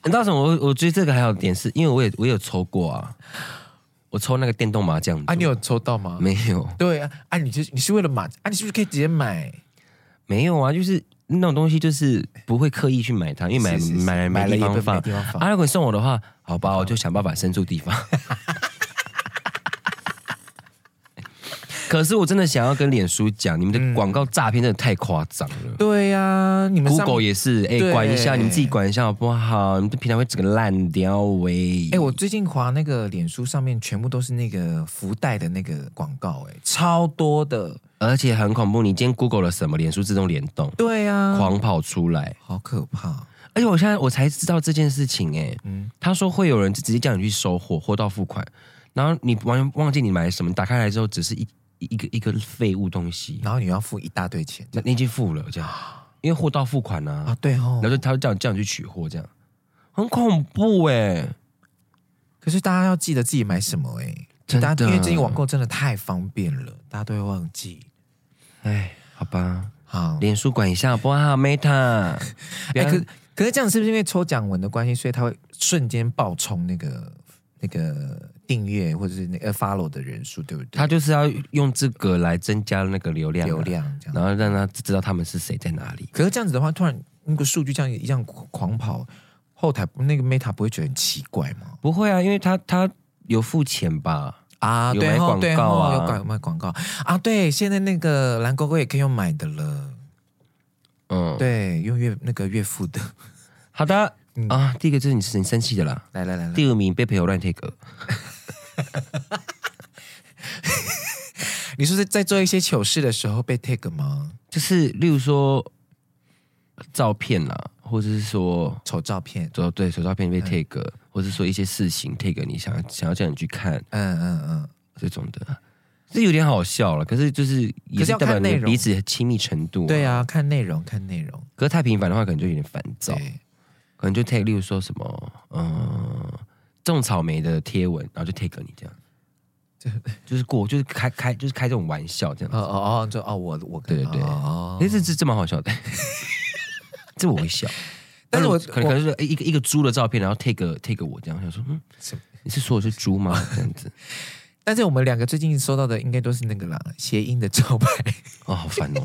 [SPEAKER 2] 你知道什么？我我觉得这个还有点是，因为我也我也有抽过啊，我抽那个电动麻将桌
[SPEAKER 1] 啊，你有抽到吗？
[SPEAKER 2] 没有？
[SPEAKER 1] 对啊，啊，你就是你是为了买啊，你是不是可以直接买？
[SPEAKER 2] 没有啊，就是那种东西，就是不会刻意去买它，因为买
[SPEAKER 1] 是是是
[SPEAKER 2] 买了
[SPEAKER 1] 买
[SPEAKER 2] 没
[SPEAKER 1] 了
[SPEAKER 2] 地
[SPEAKER 1] 也
[SPEAKER 2] 方
[SPEAKER 1] 不
[SPEAKER 2] 放
[SPEAKER 1] 没地方放
[SPEAKER 2] 啊，如果你送我的话，好吧，我就想办法伸出地方。 可是我真的想要跟脸书讲，你们的广告诈骗真的太夸张了。
[SPEAKER 1] 对呀、你们嗯上
[SPEAKER 2] Google 也是，哎、
[SPEAKER 1] 对
[SPEAKER 2] 管一下，你们自己管一下好不好？你们的平台会整个烂掉欸喂。
[SPEAKER 1] 哎、我最近滑那个脸书上面，全部都是那个福袋的那个广告、哎，超多的。
[SPEAKER 2] 而且很恐怖，你今天 Google 了什么，脸书自动联动，
[SPEAKER 1] 对啊，
[SPEAKER 2] 狂跑出来。
[SPEAKER 1] 好可怕。
[SPEAKER 2] 而且我现在我才知道这件事情、哎，
[SPEAKER 1] 嗯
[SPEAKER 2] 他说会有人直接叫你去收货，货到付款，然后你完全忘记你买了什么，打开来之后只是一一一个一个废物东西，
[SPEAKER 1] 然后你要付一大堆钱
[SPEAKER 2] 那你已经付了这样，因为货到付款呢、
[SPEAKER 1] 啊，对哦
[SPEAKER 2] 然后。嗯就他就叫你叫你去取货这样，很恐怖哎、
[SPEAKER 1] 可是大家要记得自己买什么、哎，
[SPEAKER 2] 真的
[SPEAKER 1] 大家因为最近网购真的太方便了，大家都会忘记。
[SPEAKER 2] 哎，好吧，
[SPEAKER 1] 好，
[SPEAKER 2] 脸书管一下好不好，Meta，不
[SPEAKER 1] 哎、
[SPEAKER 2] 要
[SPEAKER 1] 可可是这样是不是因为抽奖文的关系，所以它会瞬间爆冲那个那个订阅或者是那个 follow 的人数，对不对？
[SPEAKER 2] 他就是要用这个来增加那个流量啊，
[SPEAKER 1] 流量这样。
[SPEAKER 2] 然后让他知道他们是谁在哪里。
[SPEAKER 1] 可是这样子的话，突然那个数据这样一样狂跑，后台那个 Meta 不会觉得很奇怪吗？
[SPEAKER 2] 不会啊，因为他他有付钱吧？
[SPEAKER 1] 啊，
[SPEAKER 2] 有
[SPEAKER 1] 对
[SPEAKER 2] 买
[SPEAKER 1] 吼
[SPEAKER 2] 广
[SPEAKER 1] 对
[SPEAKER 2] 告
[SPEAKER 1] 吼
[SPEAKER 2] 啊
[SPEAKER 1] 有广卖广告啊，对，现在那个蓝勾勾也可以用买的了，
[SPEAKER 2] 嗯，
[SPEAKER 1] 对，用岳那个岳父的，
[SPEAKER 2] 好的、
[SPEAKER 1] 嗯
[SPEAKER 2] 啊。第一个就是你是很生气的啦。
[SPEAKER 1] 来来来来，
[SPEAKER 2] 第二名被朋友乱 take，
[SPEAKER 1] 你是不是在做一些糗事的时候被 take 吗？
[SPEAKER 2] 就是例如说照片啦，或者是说
[SPEAKER 1] 丑照片，
[SPEAKER 2] 走对手照片被 take，、或者是说一些事情 take 你想想要叫你去看
[SPEAKER 1] 嗯嗯
[SPEAKER 2] 这种的，这有点好笑了。可是就是也
[SPEAKER 1] 可是
[SPEAKER 2] 是
[SPEAKER 1] 要
[SPEAKER 2] 代表
[SPEAKER 1] 看内
[SPEAKER 2] 你
[SPEAKER 1] 容
[SPEAKER 2] 们彼此的亲密程度、
[SPEAKER 1] 嗯，对，啊，看内容看内容，
[SPEAKER 2] 可是太频繁的话，可能就有点烦躁。
[SPEAKER 1] 对，
[SPEAKER 2] 可能就 take，例如说什么，嗯，种草莓的贴文，然后就 take 你这样， 就是过，就是开开，就是开这种玩笑这样
[SPEAKER 1] 哦
[SPEAKER 2] 子。
[SPEAKER 1] 哦哦，就哦我我
[SPEAKER 2] 对对对
[SPEAKER 1] 哦，
[SPEAKER 2] 哎、这这这蛮好笑 的，这我会笑。
[SPEAKER 1] 但是我
[SPEAKER 2] 可能可能是诶一个一个猪的照片，然后 take take 我这样，我想说，嗯
[SPEAKER 1] 什么，
[SPEAKER 2] 你是说我是猪吗？这样子，
[SPEAKER 1] 但是我们两个最近收到的应该都是那个啦，谐音的招牌。
[SPEAKER 2] 哦，好烦 哦！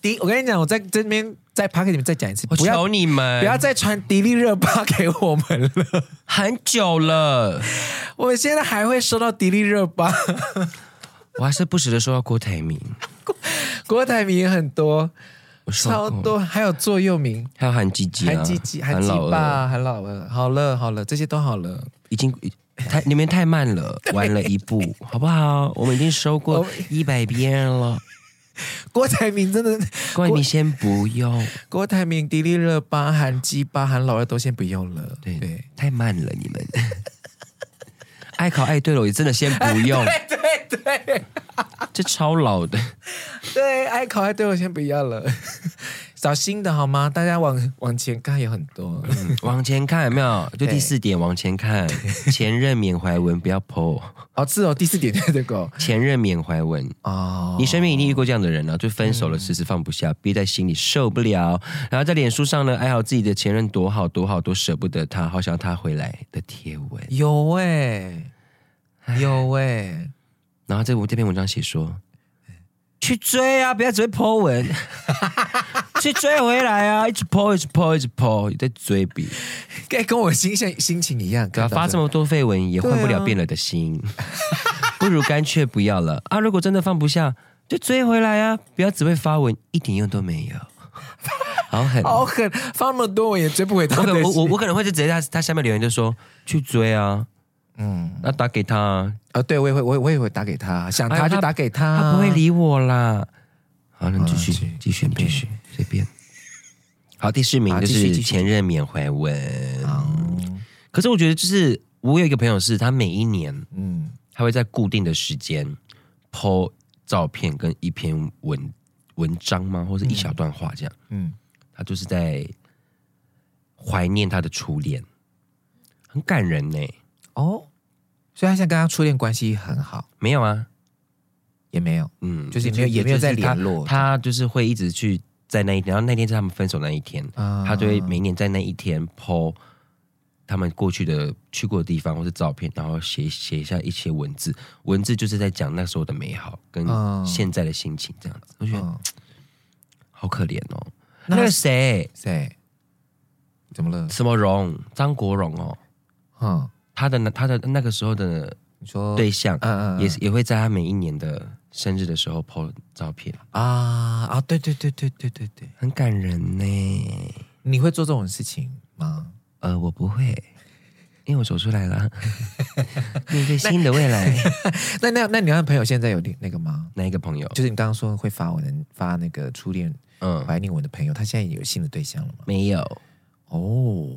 [SPEAKER 1] 第一，我跟你讲，我在这边在 p a r k 里面再讲一次，
[SPEAKER 2] 我
[SPEAKER 1] 不要
[SPEAKER 2] 求你们，
[SPEAKER 1] 不要再传迪丽热巴 给我们了。
[SPEAKER 2] 很久了，
[SPEAKER 1] 我们现在还会收到迪丽热巴，
[SPEAKER 2] 我还是不时的收到郭台铭，
[SPEAKER 1] 郭台铭也很多，
[SPEAKER 2] 我收
[SPEAKER 1] 超
[SPEAKER 2] 过，
[SPEAKER 1] 多，还有座右铭。
[SPEAKER 2] 还有韩吉吉啊，
[SPEAKER 1] 韩吉吉、韩
[SPEAKER 2] 韩
[SPEAKER 1] 吉
[SPEAKER 2] 老二，
[SPEAKER 1] 爸、韩老二，好了好了，这些都好了。
[SPEAKER 2] 已经太你们太慢 了，晚了一步，好不好？我们已经收过一百遍了，
[SPEAKER 1] 郭台铭真的，
[SPEAKER 2] 郭台铭先不用，
[SPEAKER 1] 郭台铭、迪丽热巴、韩基巴、韩老二都先不用了。
[SPEAKER 2] 对
[SPEAKER 1] 对
[SPEAKER 2] 太慢了，你们。 爱考爱对了，我真的先不用，
[SPEAKER 1] 对对对
[SPEAKER 2] 这超老的。
[SPEAKER 1] 对，爱考爱对我先不要了， 找新的好吗？大家往往前看有很多。
[SPEAKER 2] 嗯往前看有没有？就第四点，往前看，前任缅怀文不要 po，
[SPEAKER 1] 哦，是哦，第四点就是这个哦
[SPEAKER 2] 前任缅怀文。
[SPEAKER 1] 哦。
[SPEAKER 2] 你身边一定遇过这样的人啊，就分手了，迟迟放不下，憋在心里受不了，然后在脸书上呢哀嚎自己的前任多好多好多舍不得他，好想要他回来的贴文。
[SPEAKER 1] 有哎、有哎、
[SPEAKER 2] 然后这我这篇文章写说，去追啊，不要只会 po 文，去追回来啊，一直 po 一直 po 一直 po，你在追比，
[SPEAKER 1] 跟跟我心情心情一样，
[SPEAKER 2] 对啊，
[SPEAKER 1] 看到
[SPEAKER 2] 发这么多绯闻也换不
[SPEAKER 1] 对
[SPEAKER 2] 了
[SPEAKER 1] 啊
[SPEAKER 2] 变了的 心，不如干脆不要了啊！如果真的放不下，就追回来啊，不要只会发文，一点用都没有，好 狠。
[SPEAKER 1] 好狠，发那么多我也追不回
[SPEAKER 2] 我
[SPEAKER 1] 他
[SPEAKER 2] 可
[SPEAKER 1] 的
[SPEAKER 2] 我我
[SPEAKER 1] 心。
[SPEAKER 2] 我可能会就直接在他他下面留言就说去追啊，
[SPEAKER 1] 嗯，
[SPEAKER 2] 那打给他啊，
[SPEAKER 1] 啊，对我也会，我也我也会打给他，想
[SPEAKER 2] 哎
[SPEAKER 1] 他
[SPEAKER 2] 呀
[SPEAKER 1] 就
[SPEAKER 2] 他
[SPEAKER 1] 打给他，
[SPEAKER 2] 他不会理我啦。好，那你继
[SPEAKER 1] 好
[SPEAKER 2] 续
[SPEAKER 1] 啦
[SPEAKER 2] 继续继续随便。好，第四名
[SPEAKER 1] 好
[SPEAKER 2] 就
[SPEAKER 1] 继续继
[SPEAKER 2] 是
[SPEAKER 1] 续
[SPEAKER 2] 前任缅怀文。
[SPEAKER 1] 哦。
[SPEAKER 2] 可是我觉得就是我有一个朋友是他每一年
[SPEAKER 1] 嗯，
[SPEAKER 2] 他会在固定的时间 po 照片跟一篇文文章吗，或者一小段话这样。
[SPEAKER 1] 嗯
[SPEAKER 2] 他就是在怀念他的初恋，很感人呢、
[SPEAKER 1] 哦，所以他现在跟他初恋关系很好，
[SPEAKER 2] 没有啊，
[SPEAKER 1] 也没有，
[SPEAKER 2] 嗯，
[SPEAKER 1] 就是没有也没有在
[SPEAKER 2] 就是他
[SPEAKER 1] 联络
[SPEAKER 2] 他就是会一直去在那一天，然后那天是他们分手那一天，
[SPEAKER 1] 啊
[SPEAKER 2] 他就会每年在那一天 po 他们过去的去过的地方或是照片，然后写写下一些文字，文字就是在讲那时候的美好跟
[SPEAKER 1] 嗯
[SPEAKER 2] 现在的心情这样子，我觉得
[SPEAKER 1] 嗯
[SPEAKER 2] 好可怜哦。
[SPEAKER 1] 那
[SPEAKER 2] 那个谁，
[SPEAKER 1] 谁怎么了？
[SPEAKER 2] 什么荣，张国荣哦，
[SPEAKER 1] 嗯，
[SPEAKER 2] 他的那他的那个时候的
[SPEAKER 1] 你说
[SPEAKER 2] 对象，
[SPEAKER 1] 嗯嗯嗯
[SPEAKER 2] 也是也会在他每一年的生日的时候 po 照片，
[SPEAKER 1] 啊啊，对对对对对对对，
[SPEAKER 2] 很感人呢。
[SPEAKER 1] 你会做这种事情吗？
[SPEAKER 2] 呃，我不会，因为我走出来 了，面对新的未来。
[SPEAKER 1] 那那那你那朋友现在有那个吗？
[SPEAKER 2] 哪一个朋友？
[SPEAKER 1] 就是你刚刚说会发文发那个初恋
[SPEAKER 2] 嗯，
[SPEAKER 1] 怀念我的朋友，他现在有新的对象了吗？
[SPEAKER 2] 没有，
[SPEAKER 1] 哦，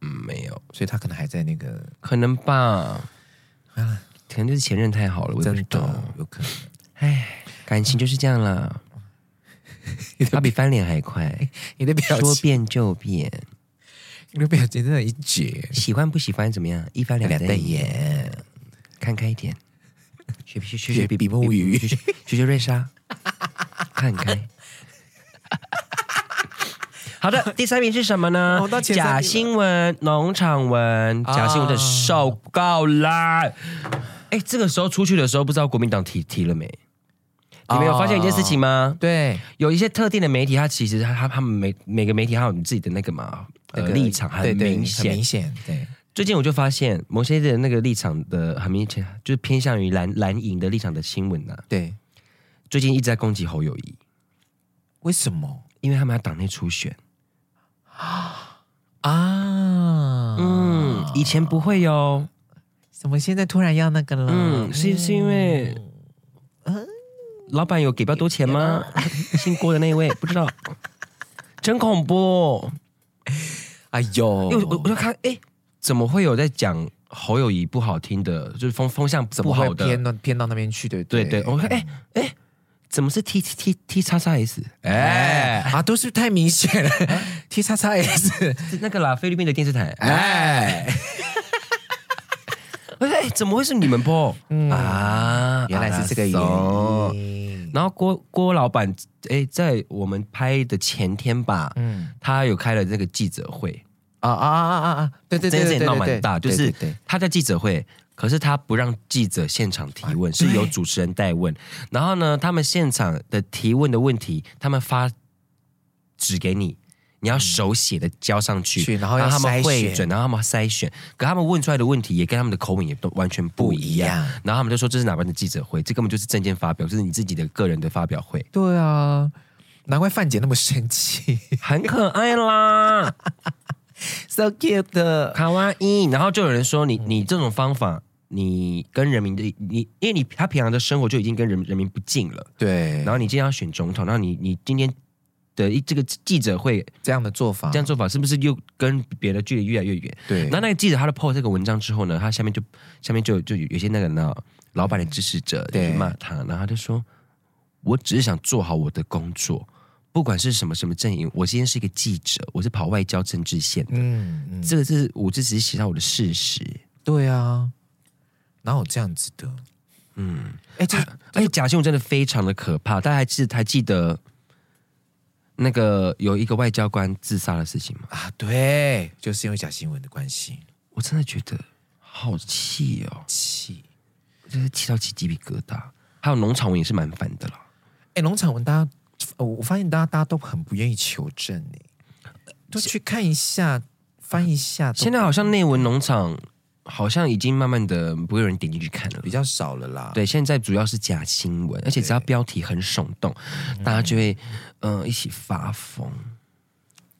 [SPEAKER 2] 嗯，没有，
[SPEAKER 1] 所以他可能还在那个
[SPEAKER 2] 可能吧，可能就是前任太好了，我也不
[SPEAKER 1] 啊真
[SPEAKER 2] 知道
[SPEAKER 1] 的。有可能。
[SPEAKER 2] 哎，感情就是这样啦，他比翻脸还快，
[SPEAKER 1] 你的表
[SPEAKER 2] 说
[SPEAKER 1] 情，
[SPEAKER 2] 变就变，
[SPEAKER 1] 你的表情真的一绝，
[SPEAKER 2] 喜欢不喜欢怎么样？一翻两瞪眼，
[SPEAKER 1] 眼，
[SPEAKER 2] 看开一 点，学学学
[SPEAKER 1] 学
[SPEAKER 2] 学
[SPEAKER 1] 比目鱼
[SPEAKER 2] 学学 学学瑞莎，看开。好好的，第三名是什么呢
[SPEAKER 1] 哦我到？前三名了啊
[SPEAKER 2] 假新闻、农场文、假新闻的受够啦！哎，这个时候出去的时候，不知道国民党提提了没？你们有发现一件事情吗？
[SPEAKER 1] 对，
[SPEAKER 2] 有一些特定的媒体，它其实它它他们每每个媒体它有自己的那个嘛呃
[SPEAKER 1] 那个
[SPEAKER 2] 立场很
[SPEAKER 1] 对对
[SPEAKER 2] 明
[SPEAKER 1] 很
[SPEAKER 2] 显
[SPEAKER 1] 明。显，对，
[SPEAKER 2] 最近我就发现某些的那个立场的很明显，就是偏向于蓝蓝营的立场的新闻呐、啊
[SPEAKER 1] 对，
[SPEAKER 2] 最近一直在攻击侯友谊，
[SPEAKER 1] 为什么
[SPEAKER 2] 因为他们要党内初选。
[SPEAKER 1] 啊？
[SPEAKER 2] 嗯，以前不会哟。
[SPEAKER 1] 怎么现在突然要那个了？
[SPEAKER 2] 嗯，是是因为，老板有给比较多钱吗？姓郭的那一位不知道，真恐怖。
[SPEAKER 1] 哎呦，
[SPEAKER 2] 因为我我就看，哎、怎么会有在讲侯友谊不好听的，就是风风向
[SPEAKER 1] 怎
[SPEAKER 2] 不
[SPEAKER 1] 么
[SPEAKER 2] 好
[SPEAKER 1] 会
[SPEAKER 2] 的？
[SPEAKER 1] 偏到偏到那边去？对不
[SPEAKER 2] 对
[SPEAKER 1] 对
[SPEAKER 2] 对，我看，哎、哎、怎么是 T T T T 叉叉 S？
[SPEAKER 1] 哎、
[SPEAKER 2] 哎、
[SPEAKER 1] 啊，都是太明显了。T 叉叉 S，
[SPEAKER 2] 是那个啦，菲律宾的电视台。哎、
[SPEAKER 1] 哎，
[SPEAKER 2] 哎、怎么会是你们播？
[SPEAKER 1] 嗯
[SPEAKER 2] 啊，
[SPEAKER 1] 原来是这个
[SPEAKER 2] 啊
[SPEAKER 1] 原。因。
[SPEAKER 2] 然后郭郭老板，哎，在我们拍的前天吧，
[SPEAKER 1] 嗯，
[SPEAKER 2] 他有开了这个记者会，
[SPEAKER 1] 啊啊啊啊啊！对对
[SPEAKER 2] 这件
[SPEAKER 1] 对
[SPEAKER 2] 事情
[SPEAKER 1] 对对
[SPEAKER 2] 闹
[SPEAKER 1] 对
[SPEAKER 2] 蛮
[SPEAKER 1] 对，
[SPEAKER 2] 大，就
[SPEAKER 1] 对
[SPEAKER 2] 是
[SPEAKER 1] 对对
[SPEAKER 2] 他在记者会，可是他不让记者现场提问，
[SPEAKER 1] 啊
[SPEAKER 2] 是由
[SPEAKER 1] 对
[SPEAKER 2] 主持人代问。然后呢，他们现场的提问的问题，他们发纸给你。你要手写的交上去，
[SPEAKER 1] 去然后要
[SPEAKER 2] 他们
[SPEAKER 1] 筛
[SPEAKER 2] 会
[SPEAKER 1] 选
[SPEAKER 2] 准，然后他们筛选，可他们问出来的问题也跟他们的口吻也都完全不一样。
[SPEAKER 1] 不一样
[SPEAKER 2] 然后他们就说这是哪班的记者会，这根本就是证件发表，就是你自己的个人的发表会。
[SPEAKER 1] 对啊，难怪范姐那么生气
[SPEAKER 2] 很可爱啦，
[SPEAKER 1] ，so cute。
[SPEAKER 2] 卡哇伊。然后就有人说你你这种方法，你跟人民的你，因为你他平常的生活就已经跟人人民不近了，
[SPEAKER 1] 对，
[SPEAKER 2] 然后你今天要选总统，然后你你今天的一这个记者会
[SPEAKER 1] 这样的做法，
[SPEAKER 2] 这样做法，是不是又跟别的距离越来越远？
[SPEAKER 1] 对，
[SPEAKER 2] 那那个记者他的 po 这个文章之后呢，他下面就下面就就有有些那个呢老板的支持者就
[SPEAKER 1] 对
[SPEAKER 2] 去骂他，然后他就说：“我只是想做好我的工作，不管是什么什么阵营，我今天是一个记者，我是跑外交政治线的，
[SPEAKER 1] 嗯嗯，
[SPEAKER 2] 这个是我这只是写到我的事实。
[SPEAKER 1] 对啊，哪有这样子的？
[SPEAKER 2] 嗯，
[SPEAKER 1] 哎，这
[SPEAKER 2] 而且假新闻真的非常的可怕，大家还记还记得那个有一个外交官自杀的事情吗？
[SPEAKER 1] 啊，对，就是因为假新闻的关 系，
[SPEAKER 2] 我真的觉得好气哦，
[SPEAKER 1] 气。
[SPEAKER 2] 就是气到起鸡皮疙瘩。还有农场文也是蛮烦的啦。”
[SPEAKER 1] 哎，农场文大家，呃我我发现大家大家都很不愿意求证哎，都去看一下，翻一下，
[SPEAKER 2] 现在好像内文农场好像已经慢慢的不会有人点进去看了
[SPEAKER 1] 比。较少了啦。
[SPEAKER 2] 对，现在主要是假新闻，而且只要标题很耸动，大家就会嗯、呃一起发疯。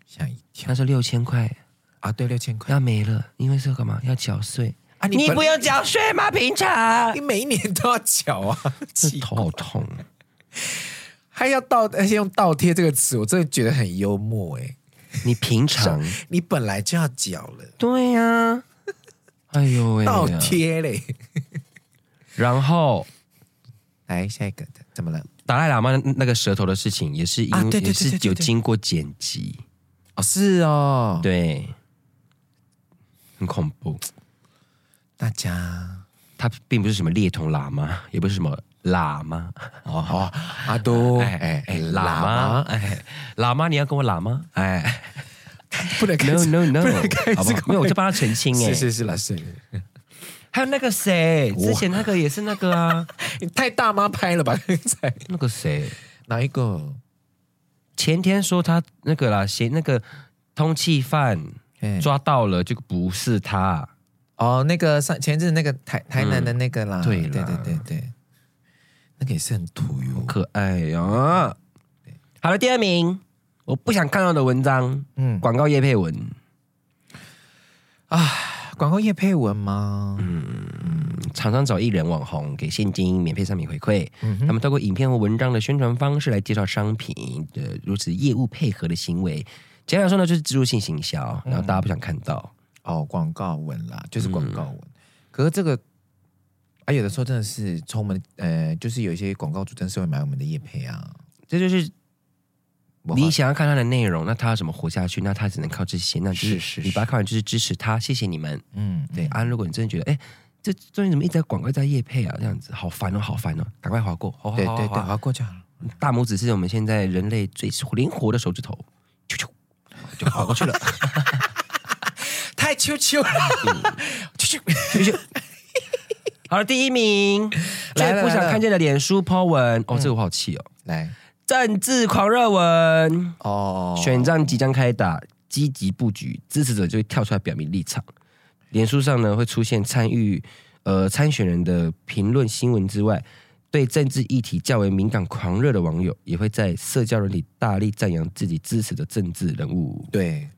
[SPEAKER 1] 吓一跳
[SPEAKER 2] 他说六千块
[SPEAKER 1] 啊，对，六千块
[SPEAKER 2] 要没了，因为这个嘛要缴税
[SPEAKER 1] 啊
[SPEAKER 2] 你不用缴税吗？平常
[SPEAKER 1] 你每一年都要缴啊， 气
[SPEAKER 2] 头好痛。
[SPEAKER 1] 还要倒，而且用“倒贴”这个词，我真的觉得很幽默哎、
[SPEAKER 2] 你平常
[SPEAKER 1] 你本来就要缴了，
[SPEAKER 2] 对呀、哎呦喂、
[SPEAKER 1] 倒贴嘞。
[SPEAKER 2] 然后
[SPEAKER 1] 来下一个的，怎么了？
[SPEAKER 2] 达赖喇嘛那个舌头的事情也是因、
[SPEAKER 1] 啊对对对
[SPEAKER 2] 也是
[SPEAKER 1] 对对
[SPEAKER 2] 有
[SPEAKER 1] 对
[SPEAKER 2] 经过剪辑。
[SPEAKER 1] 哦，是哦，
[SPEAKER 2] 对，很恐怖。
[SPEAKER 1] 大家
[SPEAKER 2] 他并不是什么猎童喇嘛，也不是什么喇嘛，
[SPEAKER 1] 哦哦，阿都
[SPEAKER 2] 哎哎，喇嘛，哎，喇嘛，你要跟我喇嘛？哎
[SPEAKER 1] 不能开
[SPEAKER 2] ，no
[SPEAKER 1] 车，
[SPEAKER 2] no no，
[SPEAKER 1] 开
[SPEAKER 2] 好不
[SPEAKER 1] 这
[SPEAKER 2] 好
[SPEAKER 1] 个？
[SPEAKER 2] 没有，我就帮他澄清哎。
[SPEAKER 1] 是是是啦，是
[SPEAKER 2] 还有那个谁，
[SPEAKER 1] 我
[SPEAKER 2] 之前那个也是那个啊，
[SPEAKER 1] 你太大妈拍了吧？刚才
[SPEAKER 2] 那个谁，
[SPEAKER 1] 哪一个？
[SPEAKER 2] 前天说他那个啦，嫌那个通缉犯
[SPEAKER 1] 哎
[SPEAKER 2] 抓到了，就不是他。
[SPEAKER 1] 哦，那个上前一阵那个台台南的那个啦，
[SPEAKER 2] 对啦
[SPEAKER 1] 嗯对对对对，那个也是很土哟。
[SPEAKER 2] 可爱呀、好了，第二名，我不想看到的文章，
[SPEAKER 1] 嗯，
[SPEAKER 2] 广告叶配文，
[SPEAKER 1] 广告业配文吗？
[SPEAKER 2] 嗯厂商找艺人网红给现金、免费商品回馈，
[SPEAKER 1] 嗯
[SPEAKER 2] 他
[SPEAKER 1] 哼，
[SPEAKER 2] 们透过影片和文章的宣传方式来介绍商品的如此业务配合的行为。简单来说呢，就是植入性行销，
[SPEAKER 1] 嗯
[SPEAKER 2] 然后大家不想看到。
[SPEAKER 1] 哦，广告文啦，就是广告文。
[SPEAKER 2] 嗯
[SPEAKER 1] 可是这个啊，有的时候真的是从我们呃，就是有一些广告主真是会买我们的业配啊。
[SPEAKER 2] 这就是
[SPEAKER 1] 我
[SPEAKER 2] 你想要看它的内容，那它要怎么活下去？那它只能靠这些。那就是
[SPEAKER 1] 是是
[SPEAKER 2] 你把它看完就是支持它，谢谢你们。
[SPEAKER 1] 嗯，
[SPEAKER 2] 对啊，如果你真的觉得哎，这终于怎么一直在广告在业配啊，这样子好烦哦，好烦哦，赶快划过，划划
[SPEAKER 1] 对
[SPEAKER 2] 划
[SPEAKER 1] 对对，
[SPEAKER 2] 划划
[SPEAKER 1] 划过就好了。
[SPEAKER 2] 大拇指是我们现在人类最灵活的手指头，啾啾，就跑过去了。
[SPEAKER 1] 太啾啾
[SPEAKER 2] 嗯
[SPEAKER 1] 了，啾啾
[SPEAKER 2] 好了，第一 名，
[SPEAKER 1] 来
[SPEAKER 2] 最
[SPEAKER 1] 了
[SPEAKER 2] 不想
[SPEAKER 1] 来了嗯
[SPEAKER 2] 看见的脸书 po 文，哦，这个我好气哦，
[SPEAKER 1] 来
[SPEAKER 2] 政治狂热文，
[SPEAKER 1] 哦，
[SPEAKER 2] 选战即将开打，积极布局，支持者就会跳出来表明立场。脸书上呢会出现参与呃参选人的评论新闻之外，对政治议题较为敏感狂热的网友也会在社交软体大力赞扬自己支持的政治人物。
[SPEAKER 1] 对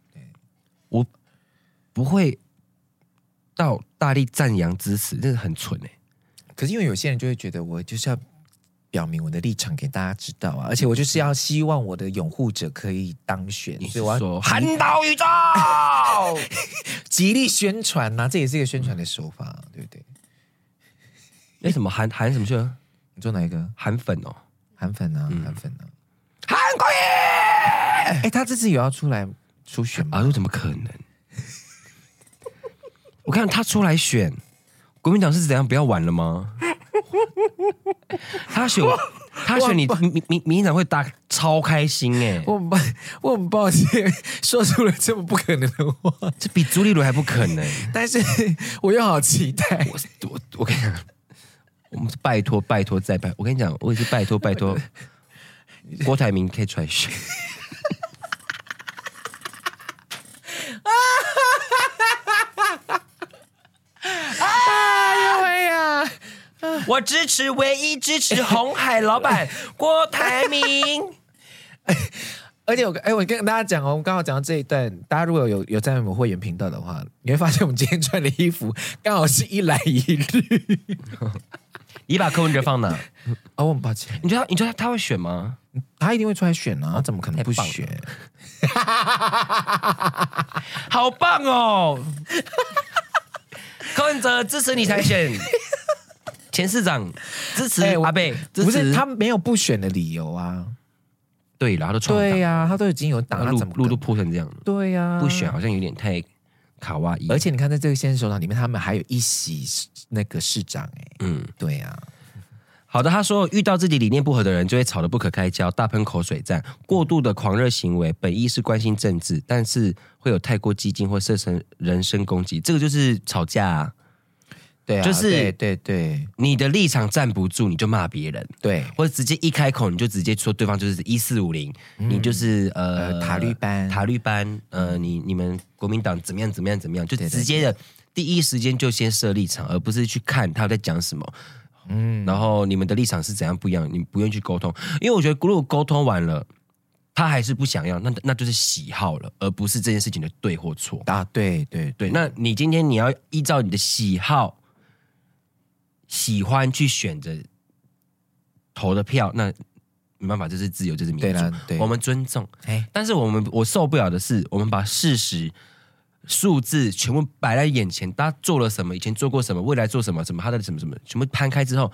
[SPEAKER 2] 我不会到大力赞扬支持，那是很蠢哎、
[SPEAKER 1] 可是因为有些人就会觉得我就是要表明我的立场给大家知道啊，而且我就是要希望我的拥护者可以当选，
[SPEAKER 2] 你
[SPEAKER 1] 所
[SPEAKER 2] 是
[SPEAKER 1] 以我要
[SPEAKER 2] 说韩导 宇宙？
[SPEAKER 1] 极力宣传啊呐、这也是一个宣传的手法，对不对？
[SPEAKER 2] 那哎什么韩韩什么去了？
[SPEAKER 1] 你做哪一个？
[SPEAKER 2] 韩粉哦，
[SPEAKER 1] 韩粉啊，
[SPEAKER 2] 嗯
[SPEAKER 1] 韩粉啊，韩国瑜！哎，他这次有要出来初选吗？
[SPEAKER 2] 啊，又怎么可能？我看他出来选，国民党是怎样不要玩了吗？他选他选你民民民进党会打超开心哎、
[SPEAKER 1] 我很抱， 我很抱歉， 说出了这么不可能的话，
[SPEAKER 2] 这比朱立伦还不可 能。
[SPEAKER 1] 但是我又好期待。
[SPEAKER 2] 我我我跟你讲，我们拜托拜托再拜，我跟你讲，我也是拜托拜 托，郭台铭可以出来选。
[SPEAKER 1] 哎呀，
[SPEAKER 2] 我支持唯一支持红海老板郭台铭。
[SPEAKER 1] 而且我哎，我跟大家讲哦，我们刚好讲到这一段，大家如果有有在我们会员频道的话，你会发现我们今天穿的衣服 刚好是一蓝一绿。
[SPEAKER 2] 你把柯文哲放哪？
[SPEAKER 1] 哦，我很抱歉，
[SPEAKER 2] 你觉得他你觉得他会选吗？
[SPEAKER 1] 他一定会出来选啊，怎么可能不
[SPEAKER 2] 哦太棒了
[SPEAKER 1] 选？
[SPEAKER 2] 好棒哦！柯文哲支持你才 选，前市长支持
[SPEAKER 1] 哎我
[SPEAKER 2] 阿贝，支持
[SPEAKER 1] 不是他没有不选的理由啊。
[SPEAKER 2] 对啊了，他都创党
[SPEAKER 1] 对，呀、他都已经有党，他
[SPEAKER 2] 路
[SPEAKER 1] 怎么可
[SPEAKER 2] 路都铺成这样了，
[SPEAKER 1] 对啊呀、
[SPEAKER 2] 不选。好像有点太卡哇伊，
[SPEAKER 1] 而且你看，在这个县市首长里面，他们还有一席那个市长、哎，
[SPEAKER 2] 嗯。
[SPEAKER 1] 对呀、
[SPEAKER 2] 好的，他说遇到自己理念不合的人，就会吵得不可开交，大喷口水战，过度的狂热行为，本意是关心政治，但是会有太过激进或设成人身攻击，这个就是吵架、啊。
[SPEAKER 1] 对啊，
[SPEAKER 2] 就是
[SPEAKER 1] 对对对
[SPEAKER 2] 你的立场站不住，你就骂别人，
[SPEAKER 1] 对，
[SPEAKER 2] 或者直接一开口你就直接说对方就是一四五零，你就是呃
[SPEAKER 1] 嗯呃塔利班嗯
[SPEAKER 2] 塔利班，呃，你你们国民党怎么样怎么样怎么样，就
[SPEAKER 1] 对对
[SPEAKER 2] 直接的第一时间就先设立场，而不是去看他在讲什么。嗯，然后你们的立场是怎样不一样，你不愿意去沟通，因为我觉得如果沟通完了，他还是不想要，那那就是喜好了，而不是这件事情的对或错。
[SPEAKER 1] 啊，对对对
[SPEAKER 2] 对，那你今天你要依照你的喜好、喜欢去选择投的票，那没办法，这是自由，这是民
[SPEAKER 1] 对啦
[SPEAKER 2] 主，
[SPEAKER 1] 对
[SPEAKER 2] 我们尊重。
[SPEAKER 1] 哎，
[SPEAKER 2] 但是我们我受不了的是，我们把事实、数字全部摆在眼前，他做了什么，以前做过什么，未来做什么，什么他的什么什么，全部摊开之后，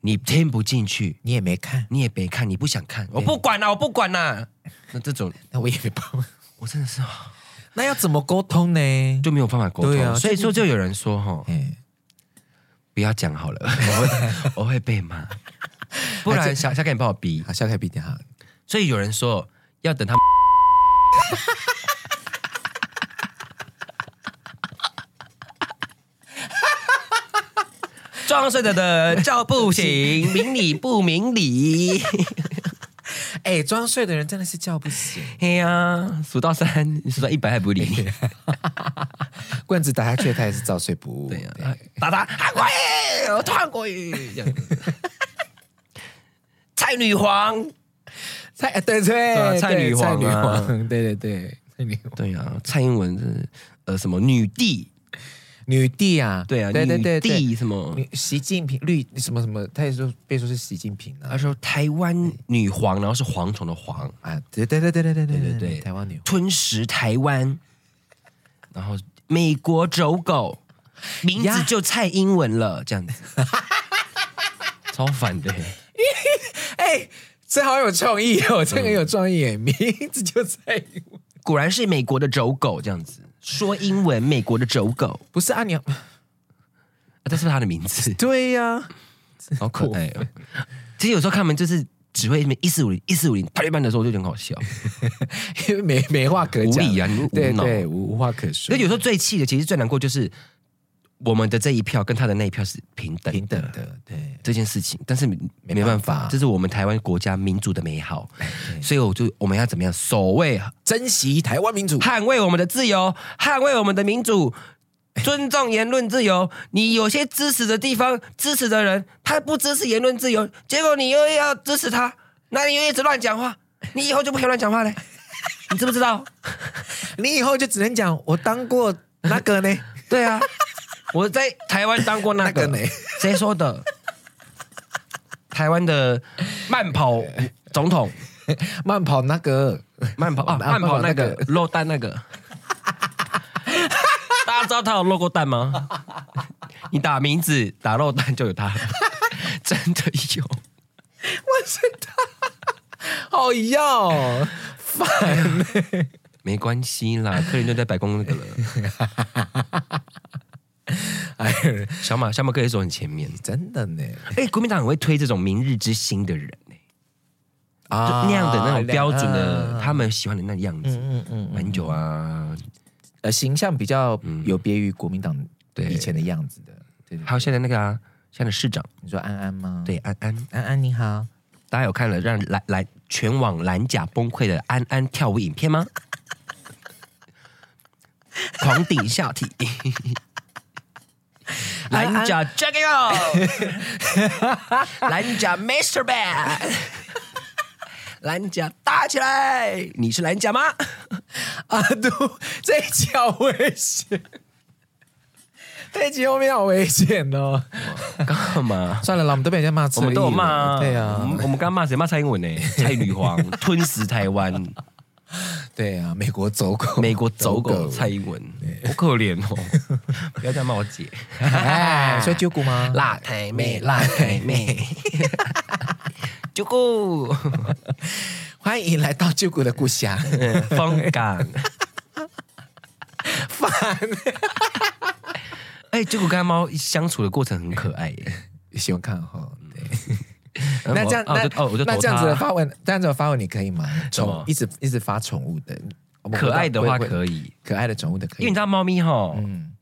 [SPEAKER 2] 你听不进去，
[SPEAKER 1] 你也没看，
[SPEAKER 2] 你也别看，你不想看，我不管啦、我不管啦、那这种
[SPEAKER 1] 那我也没办法，
[SPEAKER 2] 我真的是
[SPEAKER 1] 那要怎么沟通呢？
[SPEAKER 2] 就没有办法沟通，
[SPEAKER 1] 对啊
[SPEAKER 2] 所以说就有人说哈。
[SPEAKER 1] 哎，
[SPEAKER 2] 不要讲 好了，我会我会被骂，不然小小凯你帮我逼。
[SPEAKER 1] 好，下台比点哈，
[SPEAKER 2] 所以有人说要 等他，装睡的人叫不 醒，明理不明理。
[SPEAKER 1] 哎，装睡的人真的是叫不醒，
[SPEAKER 2] 嘿呀、数到三，数到一百还不理你。
[SPEAKER 1] 棍子打下去他也是照睡不 误，
[SPEAKER 2] 对啊呀、打他韩国语，我讨厌韩国语。这样 子蔡女皇，
[SPEAKER 1] 蔡哎对对
[SPEAKER 2] 啊蔡
[SPEAKER 1] 对
[SPEAKER 2] 女
[SPEAKER 1] 蔡
[SPEAKER 2] 皇
[SPEAKER 1] 女
[SPEAKER 2] 啊
[SPEAKER 1] 皇，对对对，蔡女皇
[SPEAKER 2] 对呀、蔡英文是呃什么女帝，
[SPEAKER 1] 女帝啊，
[SPEAKER 2] 对啊，
[SPEAKER 1] 对对对
[SPEAKER 2] 女
[SPEAKER 1] 对，
[SPEAKER 2] 帝什么？
[SPEAKER 1] 你习近平绿什么什么，他也说被说是习近平啊
[SPEAKER 2] 他说台湾女皇，然后是蝗虫的蝗，
[SPEAKER 1] 啊，对对对对对对对
[SPEAKER 2] 对对对，
[SPEAKER 1] 嗯台湾女皇，
[SPEAKER 2] 吞食台湾，然后美国走狗，名字
[SPEAKER 1] 呀
[SPEAKER 2] 就蔡英文了，这样 子，超烦的。
[SPEAKER 1] 哎，这好有创意 哦，这个有创意耶，名字就在。
[SPEAKER 2] 果然是美国的走狗，这样子说英文，美国的走狗，
[SPEAKER 1] 不是啊，你要
[SPEAKER 2] 啊、这是不是他的名字
[SPEAKER 1] ，对呀、
[SPEAKER 2] 好可爱哦。其实有时候看他们就是只会一四五零一四五零到一半的时候，我就觉得很好笑，
[SPEAKER 1] 因为没没话可
[SPEAKER 2] 无
[SPEAKER 1] 讲，
[SPEAKER 2] 理啊，你无
[SPEAKER 1] 对
[SPEAKER 2] 脑。
[SPEAKER 1] 对，无无话可说
[SPEAKER 2] 所以，有时候最气的，其实最难过就是我们的这一票跟他的那一票是平等的
[SPEAKER 1] 平等的，对
[SPEAKER 2] 这件事情，但是没
[SPEAKER 1] 没
[SPEAKER 2] 没办
[SPEAKER 1] 办法哎
[SPEAKER 2] 法，这是我们台湾国家民主的美好，
[SPEAKER 1] 对，
[SPEAKER 2] 所以我就我们要怎么样守卫、
[SPEAKER 1] 珍惜台湾民主，
[SPEAKER 2] 捍卫我们的自由，捍卫我们的民主，
[SPEAKER 1] 哎
[SPEAKER 2] 尊重言论自由。你有些支持的地方，支持的人他不支持言论自由，结果你又要支持他，那你又一直乱讲话，你以后就不可以乱讲话嘞，你知不知道？
[SPEAKER 1] 你以后就只能讲我当过那个呢，
[SPEAKER 2] 对啊， 我在台湾当过那
[SPEAKER 1] 那
[SPEAKER 2] 个
[SPEAKER 1] 个呢，
[SPEAKER 2] 谁说的？台湾的慢跑总统，
[SPEAKER 1] 慢跑那个，
[SPEAKER 2] 慢跑啊，
[SPEAKER 1] 慢
[SPEAKER 2] 慢
[SPEAKER 1] 跑
[SPEAKER 2] 跑
[SPEAKER 1] 那
[SPEAKER 2] 那
[SPEAKER 1] 个
[SPEAKER 2] 个漏蛋那个，大家知道他有漏过蛋吗？你打名字打漏蛋就有他，真的有。
[SPEAKER 1] 好要哦烦，
[SPEAKER 2] 没关系啦，克林顿在白宫那个了，
[SPEAKER 1] 哎，
[SPEAKER 2] 小马小马哥也走很前面。
[SPEAKER 1] 真的呢
[SPEAKER 2] 哎、国民党很会推这种明日之星的人、欸，就那样的那种标准的，他们喜欢的那样子，
[SPEAKER 1] 啊嗯嗯嗯，
[SPEAKER 2] 蛮久啊。
[SPEAKER 1] 呃，形象比较有别于国民党
[SPEAKER 2] 对
[SPEAKER 1] 以前的样子的，对对，
[SPEAKER 2] 还有现在那个啊，现在的市长，
[SPEAKER 1] 你说安安吗？，
[SPEAKER 2] 对安安，
[SPEAKER 1] 安安 你好，
[SPEAKER 2] 大家有看了让蓝蓝全网蓝甲崩溃的安安跳舞影片吗？ 狂顶下体，蓝甲 Jack it out，蓝甲 Master Bad，蓝甲打起来！你是蓝甲吗？
[SPEAKER 1] 阿
[SPEAKER 2] 啊
[SPEAKER 1] 杜这一集好危 险，这一集后面好危险哦。
[SPEAKER 2] 干嘛？
[SPEAKER 1] 算了啦，我们都被人家骂吃
[SPEAKER 2] 我们
[SPEAKER 1] 力了，
[SPEAKER 2] 都有骂啊，
[SPEAKER 1] 对
[SPEAKER 2] 我
[SPEAKER 1] 啊
[SPEAKER 2] 们，我们刚刚骂谁？骂蔡英文呢、蔡女皇吞食台湾，
[SPEAKER 1] 对啊，美国走狗，
[SPEAKER 2] 美国走狗 蔡英文，好可怜哦！ 啊不要这样骂我姐，
[SPEAKER 1] 哎，说揪骨吗？
[SPEAKER 2] 辣台妹，辣台 妹，九姑，
[SPEAKER 1] 欢迎来到揪骨的 故乡，
[SPEAKER 2] 嗯风 港。
[SPEAKER 1] 烦，
[SPEAKER 2] 哎，九姑跟他猫相处的过程很可爱耶。
[SPEAKER 1] 喜欢看哈。对
[SPEAKER 2] 然后
[SPEAKER 1] 那
[SPEAKER 2] 我
[SPEAKER 1] 这样，
[SPEAKER 2] 哦我就
[SPEAKER 1] 那
[SPEAKER 2] 哦，我就
[SPEAKER 1] 那
[SPEAKER 2] 投
[SPEAKER 1] 这样
[SPEAKER 2] 他
[SPEAKER 1] 子的发文，这样子的发文你可以吗？
[SPEAKER 2] 什么
[SPEAKER 1] 宠一直一直发宠物的，我们
[SPEAKER 2] 可爱的话
[SPEAKER 1] 会会
[SPEAKER 2] 可以，
[SPEAKER 1] 可爱的宠物的可
[SPEAKER 2] 因为
[SPEAKER 1] 以
[SPEAKER 2] 你知。道猫咪哈，
[SPEAKER 1] 嗯，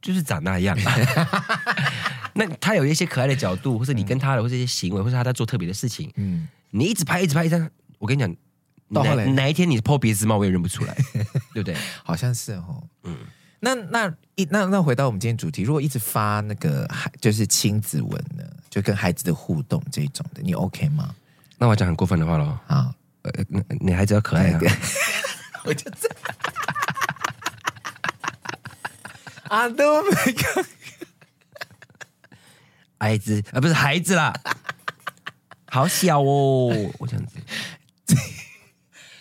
[SPEAKER 2] 就是长那 样。那它有一些可爱的角度，或是你跟它的，或是一些行为，或是它在做特别的事情，
[SPEAKER 1] 嗯，
[SPEAKER 2] 你一直拍，一直拍，一直拍，我跟你讲，
[SPEAKER 1] 到
[SPEAKER 2] 哪
[SPEAKER 1] 后来
[SPEAKER 2] 哪一天你剖鼻子猫，我也认不 出来，对不对？
[SPEAKER 1] 好像是哦。嗯
[SPEAKER 2] 嗯，
[SPEAKER 1] 那那一那那回到我们今天主题，如果一直发那个孩就是亲子文呢，就跟孩子的互动这一种的，你 OK 吗？
[SPEAKER 2] 那我讲很过分的话喽，
[SPEAKER 1] 啊，
[SPEAKER 2] 呃，那女孩子要可爱
[SPEAKER 1] 哎
[SPEAKER 2] 啊，
[SPEAKER 1] 我就这。 啊，都没看，
[SPEAKER 2] 孩子啊，不是孩子 啦，好小哦，我这样子，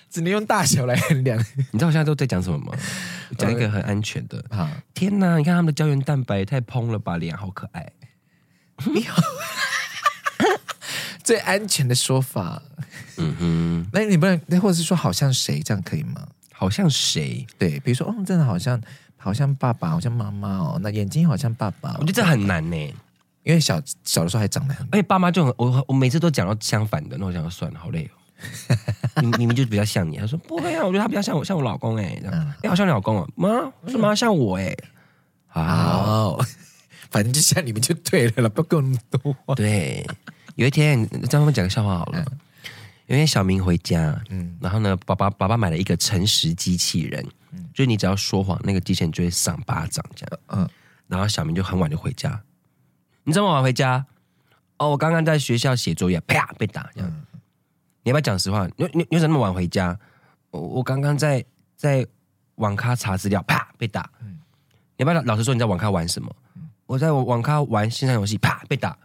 [SPEAKER 1] 只能用大小来衡量。
[SPEAKER 2] 你知道我现在都在讲什么吗？讲一个很安全的，
[SPEAKER 1] 好，
[SPEAKER 2] 天哪，你看他们的胶原蛋白也太蓬了吧，脸好可爱。
[SPEAKER 1] 最安全的说法。
[SPEAKER 2] 嗯哼，
[SPEAKER 1] 那你不能，那或者是说好像谁这样可以吗？
[SPEAKER 2] 好像谁？
[SPEAKER 1] 对，比如说，哦，真的好像好像爸爸，好像妈妈哦，那眼睛好像爸爸哦、
[SPEAKER 2] 我觉得这很难呢、
[SPEAKER 1] 因为小小的时候还长得很
[SPEAKER 2] 而且爸妈就很我我每次都讲到相反的，那我想说算了，好累哦。你你们就比较像你，他说不会啊，我觉得他比较像我，像我老公哎、欸，这样哎、好像你老公哦，妈是妈像我哎、啊，
[SPEAKER 1] 好， 反正就像你们就对了啦，不要跟我那么多话。
[SPEAKER 2] 对，有一天这样我讲个笑话好了，有一天小明回家，
[SPEAKER 1] 嗯
[SPEAKER 2] 嗯，然后呢，爸爸爸爸买了一个诚实机器人，就是你只要说谎，那个机器人就会赏巴掌这样，
[SPEAKER 1] 嗯，
[SPEAKER 2] 然后小明就很晚就回家，你这么晚回家？哦，我刚刚在学校写作业，啪被打这样。你要不要讲实话？你你你为什么那么晚回家？我我刚刚在在网咖查资料，啪被打。
[SPEAKER 1] 嗯
[SPEAKER 2] 你要不要老老实说你在网咖玩什么？我在网咖玩线上游戏，啪被打。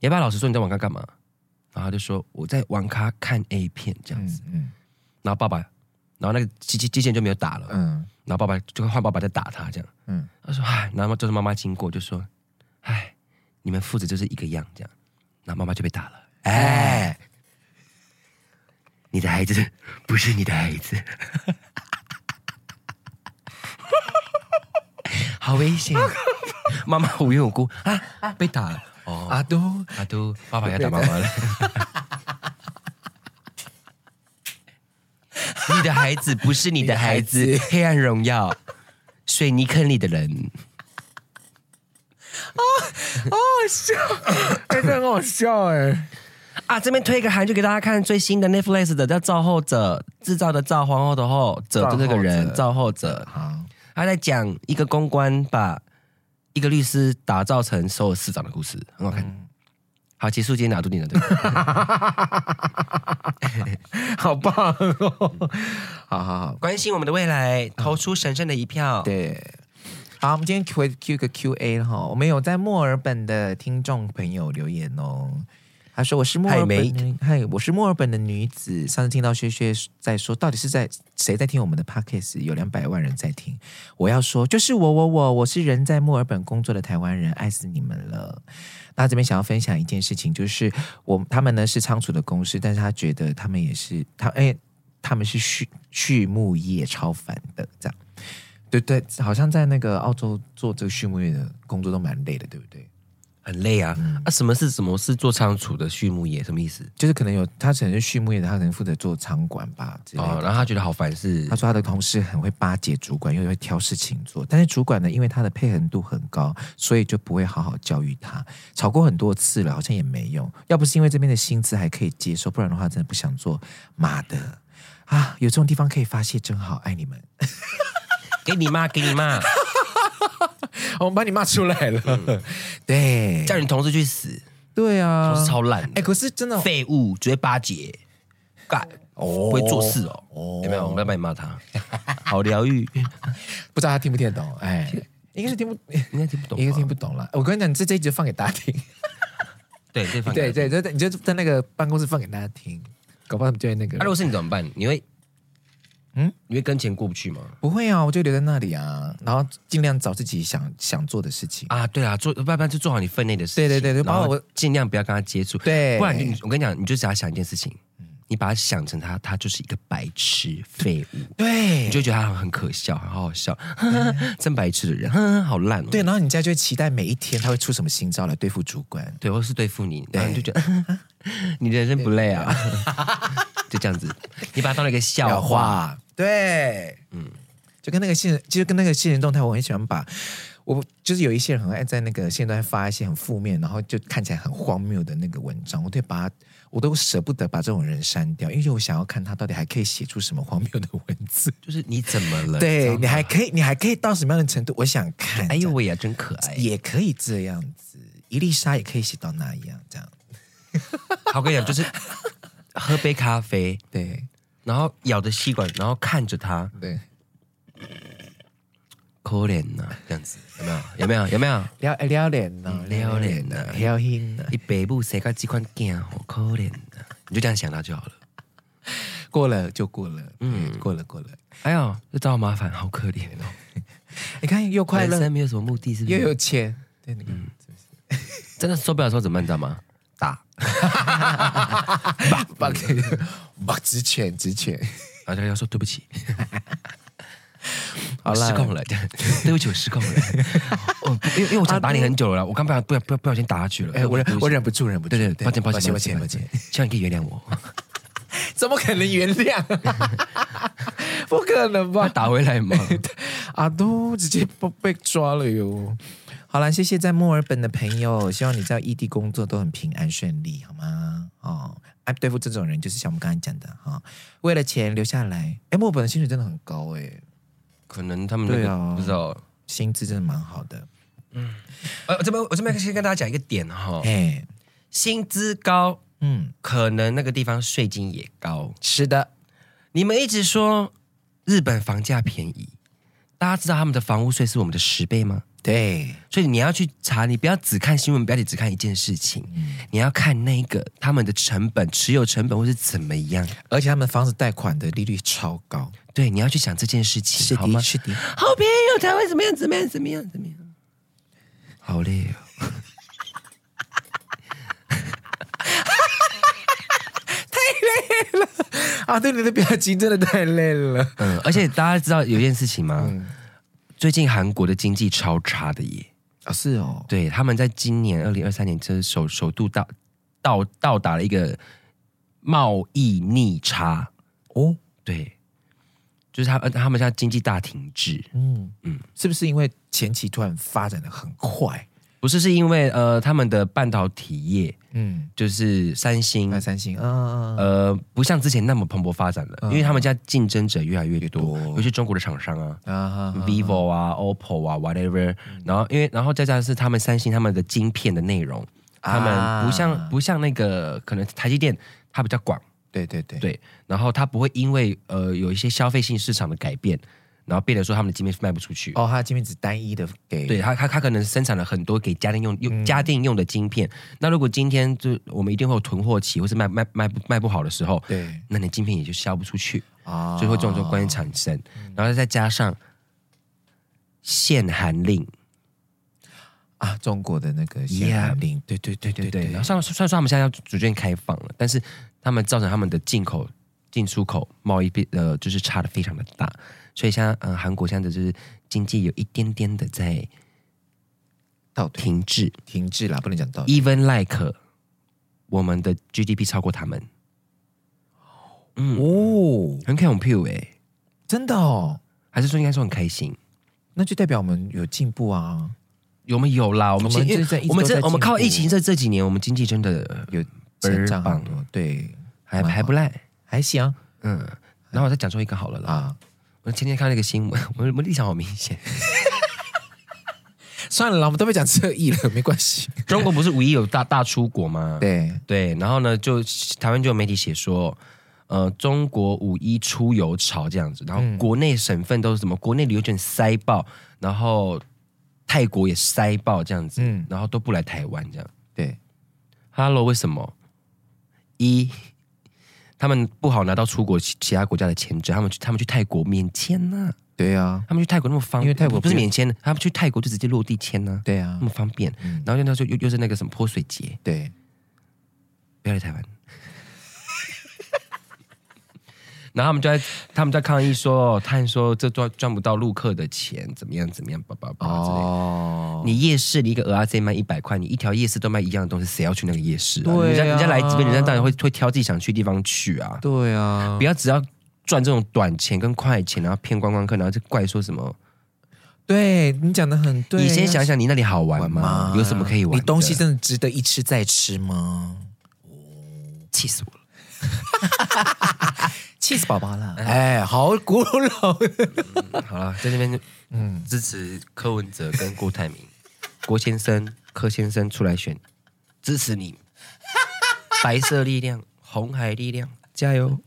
[SPEAKER 2] 你要不要老实说你在网咖干嘛？然后他就说我在网咖看 A 片这样子。
[SPEAKER 1] 嗯
[SPEAKER 2] 然后爸爸，然后那个机机机器人就没有打了。
[SPEAKER 1] 嗯
[SPEAKER 2] 然后爸爸就换爸爸在打他这样。
[SPEAKER 1] 嗯
[SPEAKER 2] 他说：“唉。”然后就是妈妈经过就说：“唉，你们父子就是一个样这样。”然后妈妈就被打了。哎，你的孩子不是你的孩子， 好危险！妈妈无缘无故啊啊被打了。哦，哦，
[SPEAKER 1] 阿都
[SPEAKER 2] 阿都爸爸要打妈妈了。 你的孩子不是 你的孩
[SPEAKER 1] 你
[SPEAKER 2] 子
[SPEAKER 1] 的，
[SPEAKER 2] 黑暗荣耀，水泥坑里的人。
[SPEAKER 1] 哎，这很好笑哎。
[SPEAKER 2] 啊，这边推一个韩剧给大家看，最新的 Netflix 的叫《造后者》，制造的造，皇后的后，者的那个人，造后者，
[SPEAKER 1] 好，
[SPEAKER 2] 他在讲一个公关把一个律师打造成首尔市长的故事，很好看。好，结束今天拿度你的对 吧
[SPEAKER 1] 好棒哦！好好好，
[SPEAKER 2] 关心我们的未来，投出神圣的一票。
[SPEAKER 1] 对。好，我们今天回 Q 个 Q&A 了哈，我们有在墨尔本的听众朋友留言哦。他说：“我是墨尔本的，嗨，我是墨尔本的女子。上次听到薛薛在说，到底是在谁在听我们的 podcast？有两百万人在听。我要说，就是我，我，我，我是人在墨尔本工作的台湾人，爱死你们了。那这边想要分享一件事情，就是我他们呢是仓储的公司，但是他觉得他们也是他哎、他们是畜畜牧业超凡的这样。”对对，好像在那个澳洲做这个畜牧业的工作都蛮累的，对不对？
[SPEAKER 2] 很累啊！啊，什么是什么是做仓储的畜牧业？什么意思？
[SPEAKER 1] 就是可能有他可能是畜牧业的，他可能负责做仓管吧之类的。
[SPEAKER 2] 哦，然后 他觉得好烦是
[SPEAKER 1] 他说他的同事很会巴结主管，又会挑事情做，但是主管呢，因为他的配合度很高，所以就不会好好教育他。吵过很多次了，好像也没用。要不是因为这边的薪资还可以接受，不然的话真的不想做。妈的啊，有这种地方可以发泄，真好，爱你们。
[SPEAKER 2] 给你骂，给你骂，
[SPEAKER 1] 哦我们把你骂出来了，嗯对，
[SPEAKER 2] 叫你同事去死，
[SPEAKER 1] 对啊
[SPEAKER 2] 同，事超烂
[SPEAKER 1] 哎、
[SPEAKER 2] 的，
[SPEAKER 1] 可是真的
[SPEAKER 2] 废物，直接巴结，干，
[SPEAKER 1] 哦
[SPEAKER 2] 不会做事哦。有没有？我们要帮你骂他， 好疗愈，
[SPEAKER 1] 不知道他听不 听得懂，哎，应该是听不，
[SPEAKER 2] 应该听不懂吧，
[SPEAKER 1] 应该听不懂了。我跟你讲，你这这一集就放给大家听，
[SPEAKER 2] 对对方
[SPEAKER 1] 对
[SPEAKER 2] 对对。
[SPEAKER 1] 对对，你就在那个办公室放给大家听，搞不好他们就会那个
[SPEAKER 2] 那啊如。果是你怎么办？你会，嗯
[SPEAKER 1] 嗯，
[SPEAKER 2] 你会跟钱过不去吗？
[SPEAKER 1] 不会啊，我就留在那里啊，然后尽量找自己想想做的事情。
[SPEAKER 2] 啊，对啊，做要不然就做好你分内的事情，
[SPEAKER 1] 对对对对
[SPEAKER 2] 然
[SPEAKER 1] 包
[SPEAKER 2] 后
[SPEAKER 1] 括我
[SPEAKER 2] 尽量不要跟他接触，嗯
[SPEAKER 1] 对
[SPEAKER 2] 不然你我跟你讲，你就只要想一件事情，你把他想成他，他就是一个白痴废物，
[SPEAKER 1] 对
[SPEAKER 2] 你就觉得他很可笑，很好好 笑，呵呵真白痴的人，呵 呵好烂哦。
[SPEAKER 1] 对，然后你家就会期待每一天他会出什么新招来对付主管。
[SPEAKER 2] 对，或是对付你，然后你就觉得呵呵 你人生不累啊， 就这样子，你把它当了一个笑话。，
[SPEAKER 1] 对，嗯，就跟那个现，其实跟那个现实动态，我很喜欢把。我就是有一些人很爱在那个现在发一些很负面，然后就看起来很荒谬的那个文章，我都把它，我都舍不得把这种人删掉，因为我想要看他到底还可以写出什么荒谬的文字。
[SPEAKER 2] 就是你怎么了？你知道
[SPEAKER 1] 对
[SPEAKER 2] 吗
[SPEAKER 1] 你还可以，你还可以到什么样的程度？我想看，
[SPEAKER 2] 哎呦，我也真可
[SPEAKER 1] 这
[SPEAKER 2] 爱。
[SPEAKER 1] 样，也可以这样子，伊丽莎也可以写到那样，这样
[SPEAKER 2] 好，我跟你讲，就是喝杯咖啡，
[SPEAKER 1] 对
[SPEAKER 2] 然后咬着吸管，然后看着他，
[SPEAKER 1] 对，
[SPEAKER 2] 可怜呐、这样子有没有？有没有？有没有？
[SPEAKER 1] 撩哎撩脸呢，
[SPEAKER 2] 撩脸啊
[SPEAKER 1] 撩心呢，
[SPEAKER 2] 你北部谁个这款囝好可怜呐、你就这样想他就好了。
[SPEAKER 1] 过了就过了，嗯，过了过了。
[SPEAKER 2] 哎呦，又找我麻烦，好可怜哦。
[SPEAKER 1] 你看又快
[SPEAKER 2] 人
[SPEAKER 1] 乐
[SPEAKER 2] 生没有什么目的，是不
[SPEAKER 1] 又
[SPEAKER 2] 是？
[SPEAKER 1] 有钱，对，你看，
[SPEAKER 2] 真的受不了的时候怎么办？你知道吗？打，
[SPEAKER 1] 把 把直犬直犬，
[SPEAKER 2] 然后就要说对不起，
[SPEAKER 1] 好
[SPEAKER 2] 我失控
[SPEAKER 1] 了，
[SPEAKER 2] 了，这样 对不起，我失 控了。哦，因为因为我想打你很久了啦，我刚不小不小不小不小心打下去了。
[SPEAKER 1] 哎，我
[SPEAKER 2] 对
[SPEAKER 1] 忍
[SPEAKER 2] 不起
[SPEAKER 1] 我忍不住忍不住，
[SPEAKER 2] 对对，
[SPEAKER 1] 对
[SPEAKER 2] 抱歉抱歉
[SPEAKER 1] 抱歉抱歉抱歉，
[SPEAKER 2] 希望你可以原 谅我。
[SPEAKER 1] 怎么可能原谅？ 不可能
[SPEAKER 2] 要
[SPEAKER 1] 吧？
[SPEAKER 2] 打回来 吗？
[SPEAKER 1] 阿都直接被被抓了哟。好啦，谢谢在墨尔本的朋友，希望你在异地工作都很平安顺利，好吗？哦，哎，对付这种人就是像我们刚才讲的哈、为了钱留下来。哎，墨尔本的薪水真的很高哎、
[SPEAKER 2] 可能他们那
[SPEAKER 1] 对啊
[SPEAKER 2] 个不知道。
[SPEAKER 1] 薪资真的蛮好的。
[SPEAKER 2] 呃，我这边我这边先跟大家讲一个点啊哈，
[SPEAKER 1] 哎，
[SPEAKER 2] 薪资高，
[SPEAKER 1] 嗯，
[SPEAKER 2] 可能那个地方税金也高。
[SPEAKER 1] 是的，
[SPEAKER 2] 你们一直说日本房价便宜，大家知道他们的房屋税是我们的十倍吗？
[SPEAKER 1] 对。
[SPEAKER 2] 所以你要去查，你不要只看新闻标题，只看一件事情，
[SPEAKER 1] 嗯
[SPEAKER 2] 你要看那个他们的成本、持有成本或是怎么样。
[SPEAKER 1] 而且他们房子贷款的利率超高，
[SPEAKER 2] 对，你要去想这件事情，好吗？
[SPEAKER 1] 是的，
[SPEAKER 2] 好便宜哦，台湾怎么样？怎么样？怎么样？怎么样？好累哦。
[SPEAKER 1] 啊，对你的表情真的太累了。 嗯
[SPEAKER 2] 嗯，而且大家知道有一件事情吗？最近韩国的经济超差的耶，
[SPEAKER 1] 啊，是哦，
[SPEAKER 2] 对，他们在今年二零二三年，这首首度到到到达了一个贸易逆差哦，对，就是他呃他们现在经济大停滞，
[SPEAKER 1] 嗯嗯，是不是因为前期突然发展的很快？
[SPEAKER 2] 不是是因为呃他们的半导体业
[SPEAKER 1] 嗯，
[SPEAKER 2] 就是三星
[SPEAKER 1] 那三星，嗯嗯嗯，
[SPEAKER 2] 呃不像之前那么蓬勃发展了，因为他们家竞争者越来越多，
[SPEAKER 1] 多
[SPEAKER 2] 尤其中国的厂商啊，
[SPEAKER 1] 啊哈哈
[SPEAKER 2] vivo 啊、OPPO 啊、whatever，然后因为然后再加上是他们三星他们的晶片的内容，他们不像、
[SPEAKER 1] 啊
[SPEAKER 2] 不像那个可能台积电它比较广，
[SPEAKER 1] 对对对，
[SPEAKER 2] 对，然后它不会因为呃有一些消费性市场的改变，然后变得说他们的晶片卖不出去。
[SPEAKER 1] 哦，它的晶片只单一的给，
[SPEAKER 2] 对它，它它可能生产了很多给家电用用家电用的晶片。那如果今天就我们一定会有囤货期，或是卖卖卖不卖不好的时候，
[SPEAKER 1] 对
[SPEAKER 2] 那你的晶片也就销不出去。
[SPEAKER 1] 啊，
[SPEAKER 2] 就会这种这种关系产生，然后再加上限韩令，
[SPEAKER 1] 啊，中国的那个限韩令，对对对对
[SPEAKER 2] 然后虽然虽然说他们现在要逐渐开放了，但是他们造成他们的进口、进出口贸易变呃就是差的非常的大，所以像呃韩国现在的就是经济有一点点的在
[SPEAKER 1] 倒退
[SPEAKER 2] 停滞
[SPEAKER 1] 停滞啦，不能讲倒退，
[SPEAKER 2] ，even like 我们的 GDP 超过他们，
[SPEAKER 1] 哦，
[SPEAKER 2] 很恐怖哎，
[SPEAKER 1] 真的哦，
[SPEAKER 2] 还是说应该说很开心。
[SPEAKER 1] 那就代表我们有进步啊，
[SPEAKER 2] 我们有啦，我们
[SPEAKER 1] 我们
[SPEAKER 2] 因为
[SPEAKER 1] 这这
[SPEAKER 2] 我们
[SPEAKER 1] 一直都在
[SPEAKER 2] 这我们靠
[SPEAKER 1] 进步
[SPEAKER 2] 疫情这这几年，我们经济真的呃
[SPEAKER 1] 有成长很多，对，
[SPEAKER 2] 还
[SPEAKER 1] 蛮好
[SPEAKER 2] 还不赖，
[SPEAKER 1] 还行
[SPEAKER 2] 嗯。然后我再讲出一个好了啦。
[SPEAKER 1] 啊，
[SPEAKER 2] 我前天看那个新闻， 我我立场好明显。
[SPEAKER 1] 算了啦，我们都被讲侧翼了，没关系，
[SPEAKER 2] 中国不是五一有大大出国吗？
[SPEAKER 1] 对，
[SPEAKER 2] 对，然后呢，就台湾就有媒体写说，呃，中国五一出游潮这样子，然后国内省份都是什么，国内旅游券塞爆，然后泰国也塞爆这样子，
[SPEAKER 1] 嗯
[SPEAKER 2] 然后都不来台湾这样。
[SPEAKER 1] 对，
[SPEAKER 2] Hello，为什么？一，他们不好拿到出国其其他国家的签证，他们去他们去泰国免签呐、
[SPEAKER 1] 对啊，
[SPEAKER 2] 他们去泰国那么方便，
[SPEAKER 1] 因为泰国
[SPEAKER 2] 不是
[SPEAKER 1] 不
[SPEAKER 2] 免签的，他们去泰国就直接落地签呐、
[SPEAKER 1] 对啊
[SPEAKER 2] 那，么方便。
[SPEAKER 1] 嗯，
[SPEAKER 2] 然后那时候又又是那个什么泼水节，
[SPEAKER 1] 对，
[SPEAKER 2] 不要来台湾。 然后他们就在他们在抗议说，他们说这赚赚不到陆客的钱，怎么样怎么样，叭叭叭
[SPEAKER 1] 啊
[SPEAKER 2] 之类的。
[SPEAKER 1] 哦，
[SPEAKER 2] 你夜市你一个鹅阿 Z 卖一百块，你一条夜市都卖一样的东西，谁要去那个夜市、啊？
[SPEAKER 1] 对
[SPEAKER 2] 人
[SPEAKER 1] 啊
[SPEAKER 2] 家人家来这边，人家 当然会会挑自己想去的地方去啊。
[SPEAKER 1] 对啊
[SPEAKER 2] 不，要只要赚这种短钱跟快钱，然后骗观光客，然后就怪说什么。
[SPEAKER 1] 对你讲的很对，啊
[SPEAKER 2] 你先想想，你那里好玩
[SPEAKER 1] 玩
[SPEAKER 2] 吗
[SPEAKER 1] 吗？？
[SPEAKER 2] 有什么可以玩的？
[SPEAKER 1] 啊你东西真的值得一吃再吃吗？
[SPEAKER 2] 气死我了！
[SPEAKER 1] 气死宝宝了！哎，好古老。
[SPEAKER 2] 好了，在这边嗯支持柯文哲跟郭台铭，郭先生、柯先生出来选，支持你，白色力量、红海力量，加油！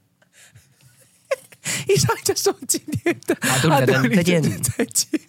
[SPEAKER 1] 以上就是我们今天的
[SPEAKER 2] 啊好对不起
[SPEAKER 1] 阿德里
[SPEAKER 2] 再见
[SPEAKER 1] 再见。